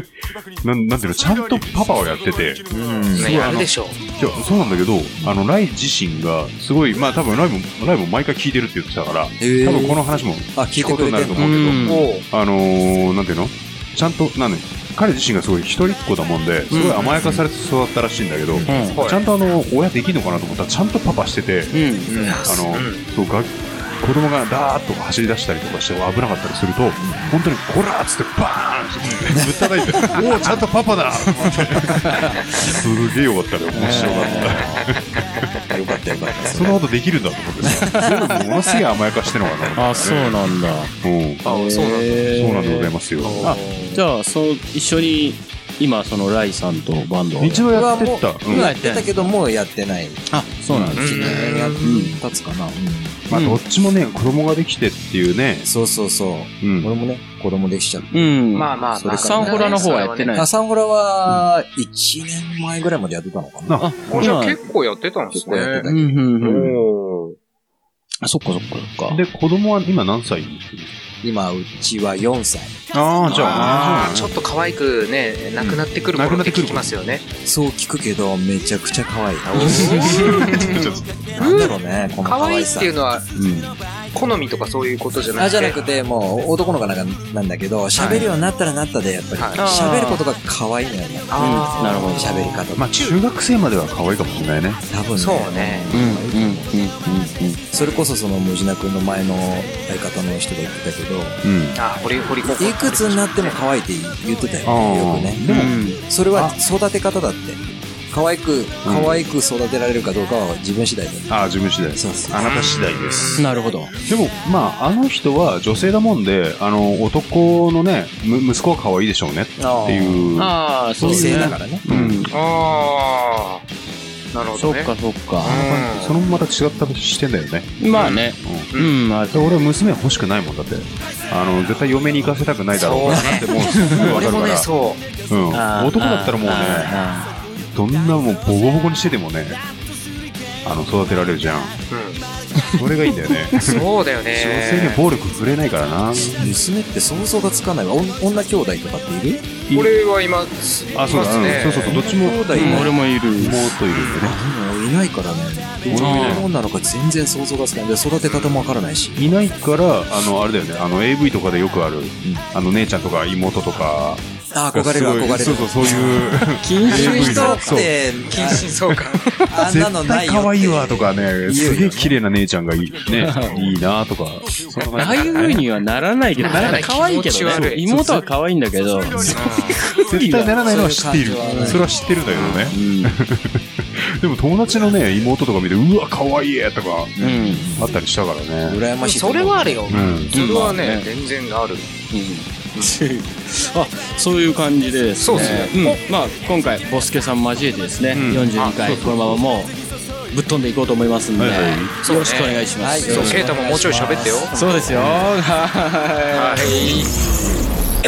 [SPEAKER 6] なん、なんていうの、ちゃんとパパをやってて、
[SPEAKER 7] うん
[SPEAKER 5] ねやるでしょ
[SPEAKER 6] いやそうなんだけど、あの、ライ自身が、すごい、まあ多分ライもライも毎回聞いてるって言ってたから、
[SPEAKER 7] ー
[SPEAKER 6] 多分この話も
[SPEAKER 7] あ聞
[SPEAKER 6] 聞く
[SPEAKER 7] いて
[SPEAKER 6] こと
[SPEAKER 7] く
[SPEAKER 6] に
[SPEAKER 7] れ
[SPEAKER 6] なる
[SPEAKER 7] てん
[SPEAKER 6] と
[SPEAKER 7] の
[SPEAKER 6] 思うけ
[SPEAKER 3] うん
[SPEAKER 5] おう
[SPEAKER 6] ど、あのー、なんていうのちゃんと、なんで、彼自身がすごい一人っ子だもんで、すごい甘やかされて育ったらしいんだけど、
[SPEAKER 3] うん
[SPEAKER 5] はい
[SPEAKER 6] ちゃんとあの、親できんのかなと思ったら、ちゃんとパパしてて、
[SPEAKER 3] うん
[SPEAKER 6] あの、そうが子供がダーッと走り出したりとかして危なかったりすると、本当にこらーっつってバーンってぶったたいて、おお、ちゃんとパパだってすげえよかったね、面白かった。よかったよかった。そんなことできるんだと思ってさ、そういうのものすげえ甘やかしてるのかな。
[SPEAKER 3] あそうなんだ
[SPEAKER 6] うん、
[SPEAKER 5] あそうなんだ
[SPEAKER 6] そうなんでございますよ。
[SPEAKER 3] あじゃあそう一緒に今そのライさんとバンドを
[SPEAKER 6] 一度やってっ
[SPEAKER 7] は
[SPEAKER 6] た
[SPEAKER 7] も。
[SPEAKER 6] う
[SPEAKER 7] うんんやってたけどもうやってない
[SPEAKER 3] あそうなんです
[SPEAKER 7] 1
[SPEAKER 3] ね
[SPEAKER 7] 年や
[SPEAKER 3] ん
[SPEAKER 7] 経つかな、うん
[SPEAKER 6] まあ、どっちもね、子供ができてっていうね、
[SPEAKER 7] そうそうそ
[SPEAKER 6] う
[SPEAKER 7] う、
[SPEAKER 6] ん
[SPEAKER 7] 俺もね子供できちゃって
[SPEAKER 3] うん
[SPEAKER 5] まあまあまあ
[SPEAKER 3] サンホラの方はやってない
[SPEAKER 7] あサンホラは1年前ぐらいまでやってたのかな、
[SPEAKER 6] あ
[SPEAKER 5] おじゃあ結構やってたんです
[SPEAKER 7] 結構や
[SPEAKER 5] ね
[SPEAKER 7] ってた
[SPEAKER 3] うんうんうん
[SPEAKER 5] おー
[SPEAKER 3] あそっかそっかそっか
[SPEAKER 6] で、子供は今何歳
[SPEAKER 7] 今うちは4歳
[SPEAKER 6] ああ、
[SPEAKER 5] あーちょ
[SPEAKER 6] っ
[SPEAKER 5] っと可愛くねなくなってくる
[SPEAKER 6] うんなく
[SPEAKER 5] 頃
[SPEAKER 6] な
[SPEAKER 5] っ
[SPEAKER 6] っててく
[SPEAKER 5] 聞
[SPEAKER 6] る
[SPEAKER 5] きますよね
[SPEAKER 7] そう聞くけどめちゃくちゃ可愛い
[SPEAKER 6] と。
[SPEAKER 7] なんだろうねこの
[SPEAKER 5] 可
[SPEAKER 7] 可
[SPEAKER 5] 愛い
[SPEAKER 7] 愛
[SPEAKER 5] っ
[SPEAKER 7] さ
[SPEAKER 5] ていうのは
[SPEAKER 6] うん
[SPEAKER 5] 好みとかそういうことじゃなくて
[SPEAKER 7] あじゃなくてもう男の子なんかなんだけど喋るようになったらなったでやっぱり
[SPEAKER 5] はい
[SPEAKER 7] 喋、ることが可愛いのよね
[SPEAKER 5] あー
[SPEAKER 3] うんなるほど
[SPEAKER 7] 喋り方、
[SPEAKER 6] まあ、中学生までは可愛いかもしれないね。
[SPEAKER 7] 多分ね
[SPEAKER 5] そうね
[SPEAKER 3] うんうんうんうん
[SPEAKER 7] それこそそのムジナ君の前の相方の人が言ってたけど
[SPEAKER 6] うん。
[SPEAKER 5] あー堀堀高校
[SPEAKER 7] いくつになっても可愛いって言ってたよねよくね
[SPEAKER 6] でも、
[SPEAKER 7] それは育て方だって可愛く可愛く育てられるかどうかは自分次第だよ、
[SPEAKER 6] ああ、自分次第
[SPEAKER 7] そうそう
[SPEAKER 6] あなた次第で
[SPEAKER 3] うん
[SPEAKER 6] す。
[SPEAKER 3] なるほど
[SPEAKER 6] でも、まあ、あの人は女性だもんで、あの、男のね、む息子は可愛いでしょうねっていう。
[SPEAKER 3] ああそう
[SPEAKER 7] 女
[SPEAKER 3] です
[SPEAKER 7] 性だ
[SPEAKER 3] ね
[SPEAKER 7] からね
[SPEAKER 3] うん
[SPEAKER 5] ああなるほ
[SPEAKER 3] そ
[SPEAKER 5] ど
[SPEAKER 3] っ
[SPEAKER 5] ね
[SPEAKER 3] かそっか
[SPEAKER 5] うん
[SPEAKER 6] そのまた違った視点だよね。
[SPEAKER 3] まあね
[SPEAKER 6] う
[SPEAKER 3] うんあ
[SPEAKER 6] ん。で俺は娘欲しくないもんだって。あの、絶対嫁に行かせたくないだろうなって、もうすぐわか
[SPEAKER 5] 俺
[SPEAKER 6] るか
[SPEAKER 5] もね
[SPEAKER 6] ら。
[SPEAKER 5] そ
[SPEAKER 6] うん。男だったらもうね、
[SPEAKER 3] あ
[SPEAKER 6] どんなもうボコボコにしててもね、あの、育てられるじゃん。
[SPEAKER 5] う、う
[SPEAKER 6] それがいいんだよね。
[SPEAKER 5] ん、そうだよね
[SPEAKER 6] 女性には暴力振れないからな。
[SPEAKER 7] 娘って想像がつかないわお女兄弟とかっている
[SPEAKER 5] 俺は今、いますね。
[SPEAKER 6] あ、そうだ、うんそうそうそう、どっちも、
[SPEAKER 7] 兄弟ね
[SPEAKER 3] 俺もいる。
[SPEAKER 6] 妹いるんでね。
[SPEAKER 7] もういないからねどういうもんなのか全然想像がつかないで育て方もわからないし
[SPEAKER 6] いないから、あの、あれだよね、あの、AV とかでよくある、あの、姉ちゃんとか妹とか、
[SPEAKER 7] あ憧れる
[SPEAKER 6] すごい
[SPEAKER 7] 憧れる
[SPEAKER 6] そうそう、そういう、
[SPEAKER 3] 禁
[SPEAKER 7] そういう
[SPEAKER 6] 止
[SPEAKER 7] 人って
[SPEAKER 5] 禁止 そうか。
[SPEAKER 7] あんなの
[SPEAKER 6] 絶
[SPEAKER 7] ない
[SPEAKER 6] 対
[SPEAKER 7] よ
[SPEAKER 6] 可愛いわとかね、
[SPEAKER 7] 言うよ
[SPEAKER 6] すげえ綺麗な姉ちゃんがいい、ね、いいなとか、そん
[SPEAKER 3] あ
[SPEAKER 6] な
[SPEAKER 3] あ
[SPEAKER 6] 感
[SPEAKER 3] いう
[SPEAKER 6] じ
[SPEAKER 3] 風にはならないけど、
[SPEAKER 5] ならない
[SPEAKER 3] 可愛いけど
[SPEAKER 5] 気持ち
[SPEAKER 3] ね
[SPEAKER 5] 悪。い
[SPEAKER 3] 妹は可愛いんだけど、
[SPEAKER 6] 絶対ならないのは知っている
[SPEAKER 7] そういう感じは。ね
[SPEAKER 6] それは知ってるんだけどね。でも友達のね、妹とか見て、うわ、可愛いとか、
[SPEAKER 3] うん。
[SPEAKER 6] あったりしたからね。
[SPEAKER 7] 羨ましいと
[SPEAKER 5] そ
[SPEAKER 7] 思う
[SPEAKER 5] れはあるよ。
[SPEAKER 6] うん。
[SPEAKER 5] それは
[SPEAKER 3] まあ
[SPEAKER 5] ね
[SPEAKER 3] ね、
[SPEAKER 5] 全然ある。
[SPEAKER 3] あそういう感じでですね
[SPEAKER 5] そうですね
[SPEAKER 3] うんまあ、今回ボスケさん交えてですね、
[SPEAKER 6] うん
[SPEAKER 3] 42回このままもうぶっ飛んでいこうと思いますんで、
[SPEAKER 6] はいはい
[SPEAKER 3] よろしくお願いしま
[SPEAKER 7] はい
[SPEAKER 3] す、
[SPEAKER 5] そう、
[SPEAKER 7] よろしく
[SPEAKER 5] ケイタももうちょい喋ってよ。
[SPEAKER 3] そうですよは
[SPEAKER 5] はい。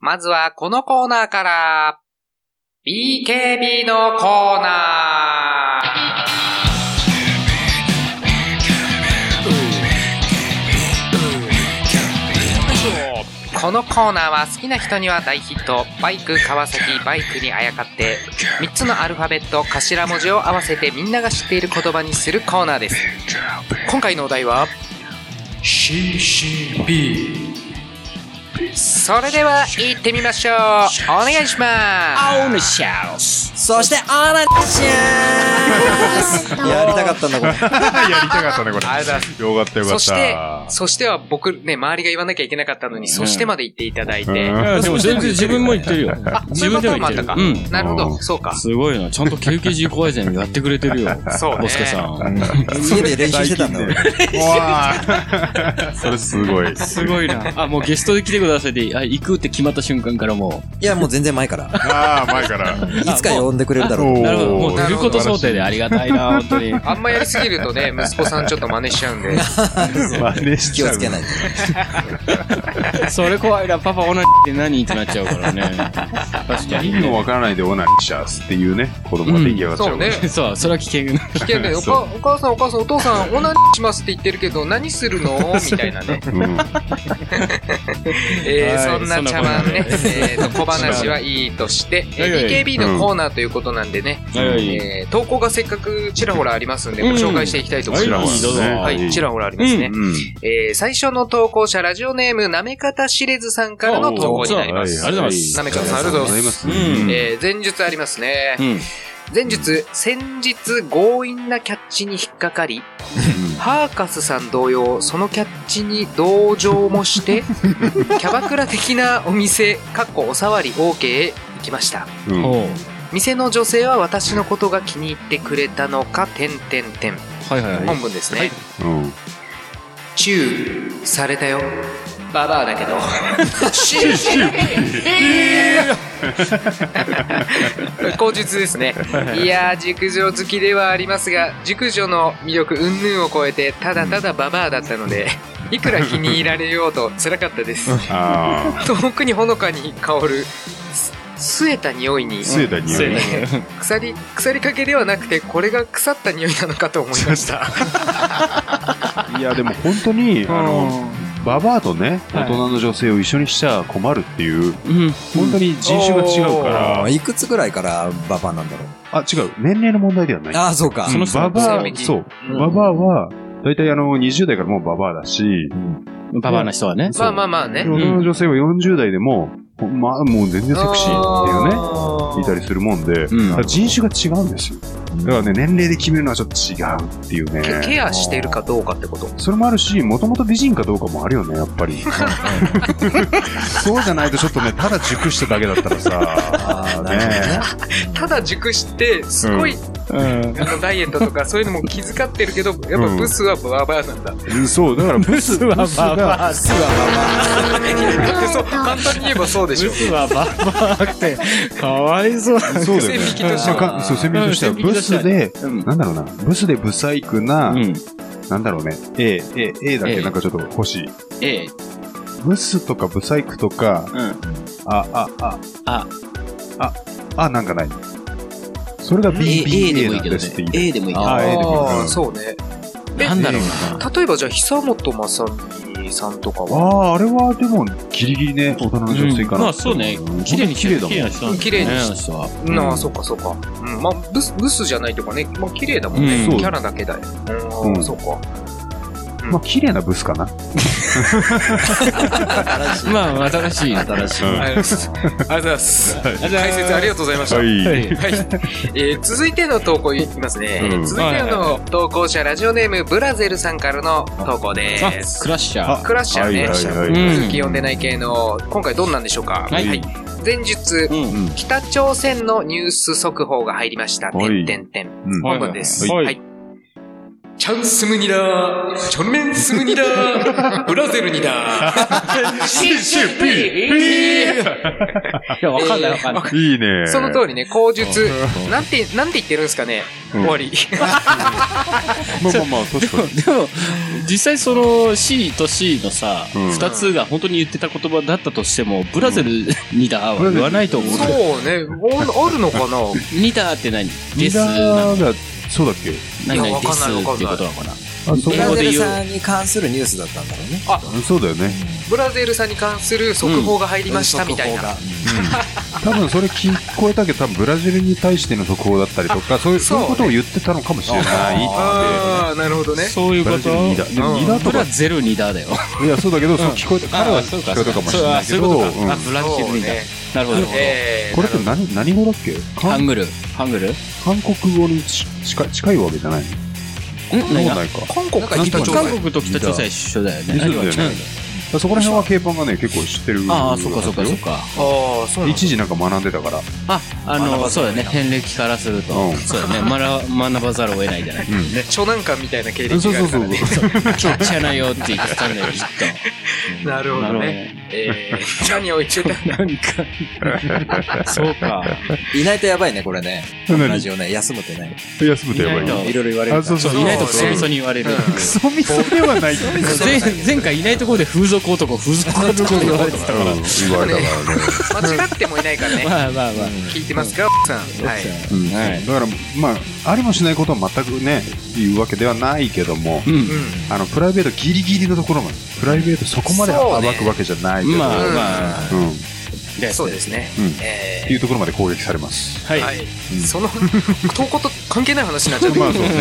[SPEAKER 5] まずはこのコーナーから、BKB のコーナーこのコーナーは好きな人には大ヒットバイク川崎バイクにあやかって3つのアルファベット頭文字を合わせてみんなが知っている言葉にするコーナーです今回のお題は CCB それでは行ってみましょうお願いします
[SPEAKER 3] いオーネシャウス
[SPEAKER 7] そしてあらしゃー やりたかったんだこれ
[SPEAKER 6] やりたかったね、これ。
[SPEAKER 5] ありが
[SPEAKER 6] よかったよか
[SPEAKER 5] そ
[SPEAKER 6] っ
[SPEAKER 5] して
[SPEAKER 6] た、。
[SPEAKER 5] そしては僕ね、周りが言わなきゃいけなかったのに、そしてまで言っていただいて。
[SPEAKER 6] うん
[SPEAKER 3] いやでも全然自分も言ってるよ
[SPEAKER 5] あ、そ
[SPEAKER 3] 自
[SPEAKER 5] ういうパ
[SPEAKER 3] 分で
[SPEAKER 5] ター
[SPEAKER 3] も
[SPEAKER 5] ン
[SPEAKER 3] 言
[SPEAKER 5] もあ
[SPEAKER 3] っ
[SPEAKER 5] ってた
[SPEAKER 3] る
[SPEAKER 5] か。
[SPEAKER 3] うん
[SPEAKER 5] なるほ
[SPEAKER 6] う
[SPEAKER 5] ど、
[SPEAKER 6] ん
[SPEAKER 5] そうか。
[SPEAKER 3] すごいなちゃんと KKG 怖いぜんやってくれてるよ
[SPEAKER 5] そうね
[SPEAKER 3] ボスケさん
[SPEAKER 7] 家で練習してたんだ俺
[SPEAKER 6] わあ それすごい。
[SPEAKER 3] すごいなあもうゲストで来てくださいであ行くって決まった瞬間からも
[SPEAKER 7] いやもう全然前か ら
[SPEAKER 6] ああ、前から。
[SPEAKER 3] う
[SPEAKER 7] いつか呼んでくれるだろう
[SPEAKER 3] う
[SPEAKER 6] おー
[SPEAKER 3] なるほどもう出ること想定でありがたいな本当に
[SPEAKER 5] あんまやりすぎると ね、息子さんちょっと真似しちゃうんで。
[SPEAKER 6] 真似し
[SPEAKER 7] 気
[SPEAKER 6] ち
[SPEAKER 7] を
[SPEAKER 6] ゃう
[SPEAKER 7] つけない
[SPEAKER 3] それ怖いな、パパオナニーって何ってなっちゃうからね。確か
[SPEAKER 6] 意
[SPEAKER 3] に
[SPEAKER 6] 味も
[SPEAKER 3] ね。
[SPEAKER 6] わからないでオナニーしちゃうっていうね、子供が出来上がっちゃう。
[SPEAKER 5] そう ね。。
[SPEAKER 3] そう、それは危険な。
[SPEAKER 5] 危険 だよ。おかお母さん、お母さん、お父さん、オナニーしますって言ってるけど、何するのみたいな ね。
[SPEAKER 6] うん。
[SPEAKER 5] えー
[SPEAKER 3] はい
[SPEAKER 5] そんな茶番ね、
[SPEAKER 3] そんな
[SPEAKER 5] えーと、小話はいいとして、
[SPEAKER 3] はいはい
[SPEAKER 5] えー BKB のコーナーということなんでね、
[SPEAKER 3] はいはい
[SPEAKER 5] えー投稿がせっかくちらほらありますんで、ご紹介していきたいと思いま
[SPEAKER 3] はい
[SPEAKER 5] す。
[SPEAKER 3] どうぞ
[SPEAKER 5] はい、ちらほらありますね。
[SPEAKER 6] うん。
[SPEAKER 5] えー最初の投稿者、ラジオネーム、なめかたしれずさんからの投稿になりま
[SPEAKER 3] お
[SPEAKER 5] す。
[SPEAKER 3] ーありがとうございます
[SPEAKER 5] なめかたさん、ありがとうございます。
[SPEAKER 6] す
[SPEAKER 3] ありがとうございます
[SPEAKER 5] えー前述ありますね。
[SPEAKER 3] うん。
[SPEAKER 5] 前述、先日強引なキャッチに引っかかり、ハーカスさん同様、そのキャッチに同情もして、 キャバクラ的なお店、かっこおさわり OK へ行きました。
[SPEAKER 6] うんうん
[SPEAKER 3] おう
[SPEAKER 5] 店の女性は私のことが気に入ってくれたのか、てんてんてん。
[SPEAKER 3] はいはいはい。
[SPEAKER 5] 本文ですね。
[SPEAKER 6] うん。
[SPEAKER 5] チューされたよ。ババアだけど。口述ですね。いやー、熟女好きではありますが、熟女の魅力云々を超えて、ただただババアだったので、いくら気に入られようと辛かったです。
[SPEAKER 6] ああ、
[SPEAKER 5] 遠くにほのかに香る、す据えた匂いに、
[SPEAKER 6] つえた匂い。
[SPEAKER 5] 腐り、腐りかけではなくて、これが腐った匂いなのかと思いました。
[SPEAKER 6] いや、でも本当に、あの、ババアとね、大人の女性を一緒にしちゃ困るっていう、
[SPEAKER 3] うん。
[SPEAKER 6] 本当に人種が違うから、
[SPEAKER 7] いくつぐらいからババアなんだろ
[SPEAKER 6] あ、
[SPEAKER 7] う
[SPEAKER 6] 違う、年齢の問題ではない。
[SPEAKER 7] ああそうか
[SPEAKER 3] その人
[SPEAKER 6] ババ
[SPEAKER 5] 性
[SPEAKER 6] ア、
[SPEAKER 5] 的
[SPEAKER 6] そう
[SPEAKER 5] うん、
[SPEAKER 6] ババアは、大体あの、20代からもうババアだし、
[SPEAKER 3] パパな人はね。
[SPEAKER 5] まあまあまあね
[SPEAKER 6] 大。人の女性は40代でも、まあもう全然セクシーっていうね、
[SPEAKER 5] あー
[SPEAKER 6] いたりするもんで、
[SPEAKER 3] うん
[SPEAKER 6] だから人種が違うんですよ。だからね、年齢で決めるのはちょっと違うっていう
[SPEAKER 5] ケ
[SPEAKER 6] ね。
[SPEAKER 5] ケアしてるかどうかってこと
[SPEAKER 6] それもあるし、もともと美人かどうかもあるよね、やっぱり。 そうじゃないとちょっとね、ただ熟しただけだったら
[SPEAKER 7] あ
[SPEAKER 6] さ
[SPEAKER 7] ー、なるほどね
[SPEAKER 5] ただ熟してすごい、
[SPEAKER 3] うん。
[SPEAKER 5] あのダイエットと かそういうのも気遣ってるけどやっぱブスはババアなんだ、
[SPEAKER 6] ね。そう、だからブス、ブスが、
[SPEAKER 7] あすぐは
[SPEAKER 5] だってそう簡単に言えばそうでしょ
[SPEAKER 3] はババアって、かわいそう。
[SPEAKER 6] そうだよね
[SPEAKER 5] 線引きとして
[SPEAKER 7] は
[SPEAKER 6] まあかそう、線引きとしては、
[SPEAKER 3] うん線引き
[SPEAKER 6] ブ
[SPEAKER 3] としては
[SPEAKER 6] スで、
[SPEAKER 3] うん
[SPEAKER 6] なんだろうな、ブスでブサイクな、
[SPEAKER 3] うん。
[SPEAKER 6] なんだろうね。A、A、A だけ
[SPEAKER 3] A
[SPEAKER 6] なんかちょっと欲しい。
[SPEAKER 3] A、
[SPEAKER 6] ブスとかブサイクとか、
[SPEAKER 3] うん。
[SPEAKER 6] あ、あ、あ、
[SPEAKER 3] あ、
[SPEAKER 6] あ、なんかない。それが B、
[SPEAKER 3] A、A
[SPEAKER 6] B、
[SPEAKER 3] で
[SPEAKER 6] A
[SPEAKER 3] もい
[SPEAKER 6] ないん
[SPEAKER 3] け
[SPEAKER 6] で
[SPEAKER 3] ど
[SPEAKER 6] すっ
[SPEAKER 3] ね
[SPEAKER 6] て。言う。
[SPEAKER 3] A でもいいけ
[SPEAKER 6] あ
[SPEAKER 3] ど。
[SPEAKER 6] ー A でもいい
[SPEAKER 5] あ
[SPEAKER 6] う
[SPEAKER 5] あ、
[SPEAKER 6] ん
[SPEAKER 5] そうね。え
[SPEAKER 3] なんだろうな。
[SPEAKER 5] 例えばじゃあ、久本正美さんとかは、
[SPEAKER 6] ああ、あれはでも、ギリギリね、大人の女性かな。
[SPEAKER 3] まあそうね
[SPEAKER 6] ん。
[SPEAKER 3] 綺麗に綺麗だもん。
[SPEAKER 1] な人なんだ
[SPEAKER 5] 綺麗に
[SPEAKER 3] ね
[SPEAKER 5] し
[SPEAKER 3] あの人は。
[SPEAKER 5] うんん、ああ、そうかそうか。うん、まあ、ブス、ブスじゃないとかね、まあ、綺麗だもんね。
[SPEAKER 3] うん
[SPEAKER 5] キャラだけだよ。うん、
[SPEAKER 6] うん
[SPEAKER 5] そうか。
[SPEAKER 6] まあ、綺麗なブスかな。
[SPEAKER 3] まあ、新しい。新しい。
[SPEAKER 5] ありがとうございます。ありがとうございます。解説ありがとうございました。
[SPEAKER 6] は
[SPEAKER 3] はい
[SPEAKER 5] はい、えー続いての投稿いきますね、
[SPEAKER 6] うん
[SPEAKER 5] 続いての投稿者ラジオネームブラゼルさんからの投稿で
[SPEAKER 3] あ、
[SPEAKER 5] す
[SPEAKER 3] クラッシャー。
[SPEAKER 5] クラッシャーね、
[SPEAKER 6] はいはいはい
[SPEAKER 3] うん
[SPEAKER 5] 続き読んでない系の今回どんなんでしょうか、
[SPEAKER 3] はい
[SPEAKER 5] 前述、
[SPEAKER 3] うん
[SPEAKER 6] うん。
[SPEAKER 5] 北朝鮮のニュース速報が入りました。
[SPEAKER 6] は
[SPEAKER 5] 点
[SPEAKER 6] い
[SPEAKER 5] 点点。
[SPEAKER 6] うん
[SPEAKER 5] 本文です。
[SPEAKER 1] はい
[SPEAKER 5] はい。チャンスムニラー、チョルメンスムニラ ー、ブラゼルニラー、シシュピー
[SPEAKER 3] いや、わかんないわかんない。
[SPEAKER 6] いいね。
[SPEAKER 5] その通りね、口述。なんて、なんて言ってるんですかね、
[SPEAKER 6] うん
[SPEAKER 5] 終わり。
[SPEAKER 6] まあまあまあ、確かに。
[SPEAKER 3] でも、実際その C と C のさ、
[SPEAKER 6] うん
[SPEAKER 3] 二つが本当に言ってた言葉だったとしても、ブラゼルにだは言わないと思う。
[SPEAKER 5] そうね、おあるのかな
[SPEAKER 3] にだって何で
[SPEAKER 6] ミ
[SPEAKER 3] す
[SPEAKER 6] ラ
[SPEAKER 3] 何
[SPEAKER 6] ーが、そうだっけ
[SPEAKER 3] 何
[SPEAKER 5] いやわ
[SPEAKER 3] で
[SPEAKER 5] かん
[SPEAKER 3] す
[SPEAKER 5] ない
[SPEAKER 3] っていうことなのかな。
[SPEAKER 6] あ、そ
[SPEAKER 7] ブ
[SPEAKER 6] う
[SPEAKER 3] え
[SPEAKER 7] ラゼルさんに関するニュースだったんだろうね。
[SPEAKER 6] そうだよね。
[SPEAKER 5] ブラゼルさんに関する速報が入りましたみたいな。
[SPEAKER 7] 速
[SPEAKER 6] 多分それ聞こえたけど、多分ブラジルに対しての速報だったりとか、そういう
[SPEAKER 5] そ
[SPEAKER 6] そうういうことを言ってたのかもしれない。
[SPEAKER 5] ああ、なるほどね。
[SPEAKER 3] そういう
[SPEAKER 6] ブ
[SPEAKER 3] こ
[SPEAKER 6] ラジルにだ。
[SPEAKER 3] と
[SPEAKER 6] でも2だと
[SPEAKER 3] ブ
[SPEAKER 6] か
[SPEAKER 3] ラ、ゼルにだだよ。
[SPEAKER 6] いや、そうだけど、そう聞こえた、彼は聞こえたかもしれないけど、
[SPEAKER 3] そううあそういうこと
[SPEAKER 6] ん
[SPEAKER 3] か。あ、ブラジルにだ
[SPEAKER 5] そうね。
[SPEAKER 3] なるほど。
[SPEAKER 5] えー
[SPEAKER 6] これって何何語だっけ
[SPEAKER 3] ハン
[SPEAKER 6] 韓
[SPEAKER 3] グル。ハングルん
[SPEAKER 6] 韓国語にち近い近いわけじゃない
[SPEAKER 3] 何
[SPEAKER 6] のそう
[SPEAKER 3] が
[SPEAKER 6] ないか。
[SPEAKER 5] 韓国
[SPEAKER 6] なんか
[SPEAKER 5] 北朝
[SPEAKER 3] 韓
[SPEAKER 5] 鮮。
[SPEAKER 3] 国と北朝鮮は一緒だよね。
[SPEAKER 6] 一緒だよね
[SPEAKER 3] 何が違うん
[SPEAKER 6] そこら辺は K パンがね、結構知ってる。
[SPEAKER 3] ああ、そっかそっかそっか。
[SPEAKER 5] ああ、そうなんだ
[SPEAKER 6] 一時なんか学んでたから。
[SPEAKER 3] あ、あの、そうだね。遍歴からすると
[SPEAKER 6] う。ん
[SPEAKER 3] そうだね。学学ばざるを得ないじゃない。
[SPEAKER 6] うん。
[SPEAKER 5] 初難関みたいな経歴
[SPEAKER 6] そうそう
[SPEAKER 5] があ
[SPEAKER 6] そ
[SPEAKER 5] る
[SPEAKER 6] う
[SPEAKER 5] か
[SPEAKER 6] そ
[SPEAKER 5] ら
[SPEAKER 6] う。
[SPEAKER 5] ね。
[SPEAKER 3] ちっちゃなよって言ってたんだよ、きっと。
[SPEAKER 5] なるほどね。えー、何を言ってたんだ
[SPEAKER 3] なるほどね。なんか、そうか。
[SPEAKER 7] いないとやばいね、これね。
[SPEAKER 6] 何
[SPEAKER 7] ラジオね、休むってね。
[SPEAKER 6] 休むとやばい
[SPEAKER 3] いない
[SPEAKER 6] な。
[SPEAKER 3] と
[SPEAKER 7] いろいろ言われる
[SPEAKER 6] あ、
[SPEAKER 7] か
[SPEAKER 6] そう
[SPEAKER 7] ら。
[SPEAKER 6] そう。
[SPEAKER 3] いないと
[SPEAKER 5] そう
[SPEAKER 3] 戦争に言われる。
[SPEAKER 6] クソミソではない。うん
[SPEAKER 3] 前前回いないところで風俗男、風俗男って言われてたから。
[SPEAKER 6] 言われたからね。
[SPEAKER 5] 間違ってもいないからね。
[SPEAKER 3] まあまあまあ。
[SPEAKER 5] 聞いてますか、奥さん。はい。
[SPEAKER 6] うん
[SPEAKER 3] はい
[SPEAKER 6] だから、まあ、ありもしないことは全くね、言うわけではないけども、
[SPEAKER 3] うん
[SPEAKER 5] う
[SPEAKER 6] あの、プライベートギリギリのところまで、プライベートそこまで
[SPEAKER 5] そ
[SPEAKER 6] 暴
[SPEAKER 5] うね
[SPEAKER 6] くわけじゃないけど、
[SPEAKER 3] まあ
[SPEAKER 5] うん
[SPEAKER 3] まあ。
[SPEAKER 6] うん、っ
[SPEAKER 3] で
[SPEAKER 5] ん。そうですね。
[SPEAKER 6] うん
[SPEAKER 5] え
[SPEAKER 6] ていうところまで攻撃されます。
[SPEAKER 5] ー
[SPEAKER 3] はい。
[SPEAKER 5] はい。その、投稿と関係ない話になっちゃって
[SPEAKER 6] ま
[SPEAKER 5] ま
[SPEAKER 6] あ
[SPEAKER 5] す
[SPEAKER 6] そうね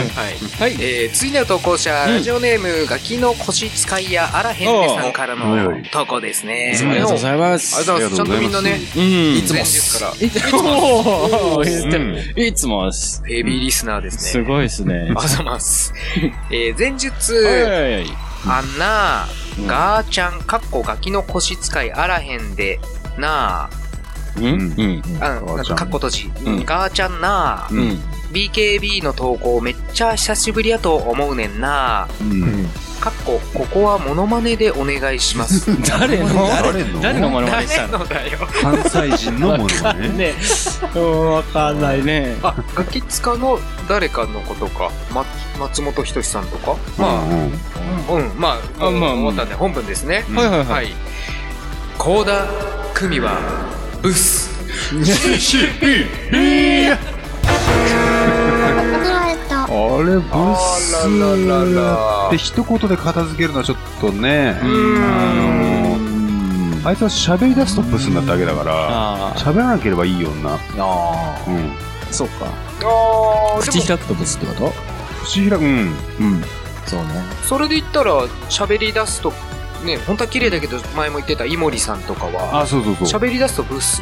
[SPEAKER 5] はい。
[SPEAKER 3] はい。
[SPEAKER 5] えー、次の投稿者、ラジオネーム、ガキの腰使いやあらへんねさんからの投稿ですね。
[SPEAKER 3] ありがとうございま
[SPEAKER 5] あり
[SPEAKER 3] す。
[SPEAKER 5] がとうございます。ちゃんとみんなね、
[SPEAKER 3] うん。
[SPEAKER 5] 前日から、
[SPEAKER 3] いつも。言って
[SPEAKER 6] うん
[SPEAKER 3] るいつもです。
[SPEAKER 5] ヘビーリスナーです
[SPEAKER 3] す
[SPEAKER 5] ね。
[SPEAKER 3] ごいですね
[SPEAKER 5] ありが。とうございます。えー、前
[SPEAKER 3] はい
[SPEAKER 5] 述、
[SPEAKER 3] はいはい
[SPEAKER 5] アンナー、ガーちゃん、かっこガキの腰使いあらへんで、なあ、
[SPEAKER 3] うんうん。
[SPEAKER 5] あ
[SPEAKER 6] ガ
[SPEAKER 5] な
[SPEAKER 6] ー
[SPEAKER 5] ん
[SPEAKER 6] ちゃ
[SPEAKER 5] かか
[SPEAKER 6] ん
[SPEAKER 5] っことじ
[SPEAKER 3] うん、
[SPEAKER 5] ガーちゃんなあ
[SPEAKER 3] う、ん。
[SPEAKER 5] BKB の投稿めっちゃ久しぶりやと思うねんな
[SPEAKER 6] うん
[SPEAKER 5] かっこ、ここはモノマネでお願い します。
[SPEAKER 3] 誰の
[SPEAKER 6] 誰の
[SPEAKER 3] 誰の モノマネしたの
[SPEAKER 5] のだよ。
[SPEAKER 6] 関西人のも
[SPEAKER 3] わ
[SPEAKER 6] の
[SPEAKER 3] か
[SPEAKER 6] ま
[SPEAKER 3] んね
[SPEAKER 6] ね。
[SPEAKER 3] え。わかんないね。
[SPEAKER 5] あ、ガキツカの誰かのことか、ま、松本人志さんとか。ま
[SPEAKER 6] うんうん
[SPEAKER 5] あ、うん、まあ、
[SPEAKER 3] あまあ
[SPEAKER 5] うん終わったんで、本文ですね。
[SPEAKER 3] はいはい
[SPEAKER 5] はい。高田久美は、ブス。
[SPEAKER 6] あれ、ブスって一言で片付けるのはちょっとね、あの、あいつは喋り出すとブスになったわけだから、
[SPEAKER 3] あ
[SPEAKER 6] 喋らなければいいよな。
[SPEAKER 3] あ
[SPEAKER 6] うん。
[SPEAKER 3] ー、そうか。
[SPEAKER 5] あー、
[SPEAKER 3] 口
[SPEAKER 5] で
[SPEAKER 3] 開
[SPEAKER 5] も、
[SPEAKER 3] くとブスってこと
[SPEAKER 6] 口開く、うん。
[SPEAKER 3] うん。
[SPEAKER 7] そうね。
[SPEAKER 5] それで言ったら、喋り出すと、ね、本当は綺麗だけど、前も言ってた井森さんとかは、
[SPEAKER 6] あ、そうそうそう。
[SPEAKER 5] 喋り出すとブス。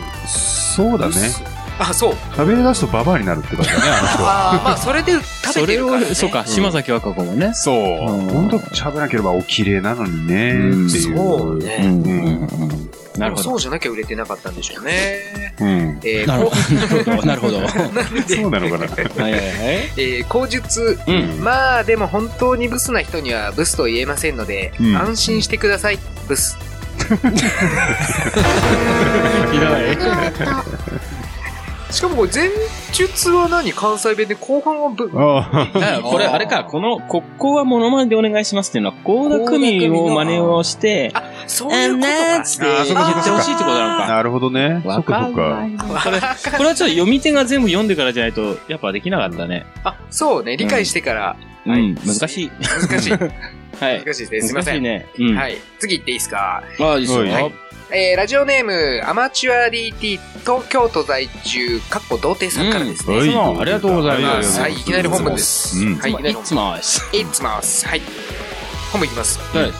[SPEAKER 6] そうだ
[SPEAKER 5] ブ
[SPEAKER 6] ね。
[SPEAKER 5] ス。あ、そう。
[SPEAKER 6] 喋り出すとババアになるって感じだね、あの人は。
[SPEAKER 5] あーまあ、それで食べ
[SPEAKER 3] そ
[SPEAKER 5] て
[SPEAKER 3] れ
[SPEAKER 5] るから、ね。
[SPEAKER 3] を、そうか、島崎和歌子もね。
[SPEAKER 6] そう。
[SPEAKER 3] うん
[SPEAKER 6] 本当喋らなければお綺麗なのにね、
[SPEAKER 3] うん
[SPEAKER 6] っていう。
[SPEAKER 5] そうね。
[SPEAKER 3] ん
[SPEAKER 6] うん
[SPEAKER 3] ん。な
[SPEAKER 5] で
[SPEAKER 3] るほ
[SPEAKER 5] もそ
[SPEAKER 3] ど。
[SPEAKER 5] うじゃなきゃ売れてなかったんでしょうね。
[SPEAKER 6] うん。
[SPEAKER 5] えー
[SPEAKER 3] なる
[SPEAKER 5] こ
[SPEAKER 3] ほ ど。なるほど。は
[SPEAKER 6] そうなのかな。
[SPEAKER 3] いはいはい。
[SPEAKER 5] う えー口述。
[SPEAKER 3] うん。
[SPEAKER 5] まあでも本当にブスな人にはブスと言えませんので、
[SPEAKER 6] うん
[SPEAKER 5] 安心してください、ブス。
[SPEAKER 3] ひどい。
[SPEAKER 5] しかもこれ前述は何関西弁で後半はぶ
[SPEAKER 6] あ
[SPEAKER 3] だからこれ、あれか、この、ここはモノマネでお願いしますっていうのは、高田組を真似をして、
[SPEAKER 5] あ、そういうことか。
[SPEAKER 3] つっ
[SPEAKER 6] あー
[SPEAKER 3] て
[SPEAKER 6] そ
[SPEAKER 3] 言
[SPEAKER 6] っかそっか
[SPEAKER 3] ってほしいってこと
[SPEAKER 6] あ、
[SPEAKER 3] なのか。
[SPEAKER 6] なるほどね。そっかそっか。
[SPEAKER 3] これ、これはちょっと読み手が全部読んでからじゃないと、やっぱできなかったね。
[SPEAKER 5] あ、そうね。理解してから。
[SPEAKER 3] う
[SPEAKER 5] はい
[SPEAKER 3] ん、難しい。
[SPEAKER 5] 難しい。難
[SPEAKER 3] はい
[SPEAKER 5] しい。ですね。すいま
[SPEAKER 3] 難
[SPEAKER 5] せ
[SPEAKER 3] しい
[SPEAKER 5] ん。
[SPEAKER 3] ね。うん。
[SPEAKER 5] はい。次行っていいですか。
[SPEAKER 3] ああ、いいっすよ。
[SPEAKER 6] は
[SPEAKER 3] はい
[SPEAKER 6] い。
[SPEAKER 5] えー、ラジオネーム、アマチュア DT と京都在住、かっこ童貞さんからですね。
[SPEAKER 6] はい
[SPEAKER 3] つもありがとうございます
[SPEAKER 5] はい、いきなり本文です。
[SPEAKER 6] うん
[SPEAKER 5] はい、いきなり
[SPEAKER 3] い
[SPEAKER 5] 本
[SPEAKER 3] つもです。
[SPEAKER 5] 文。いつまーす。はい。本文いきます。
[SPEAKER 3] はい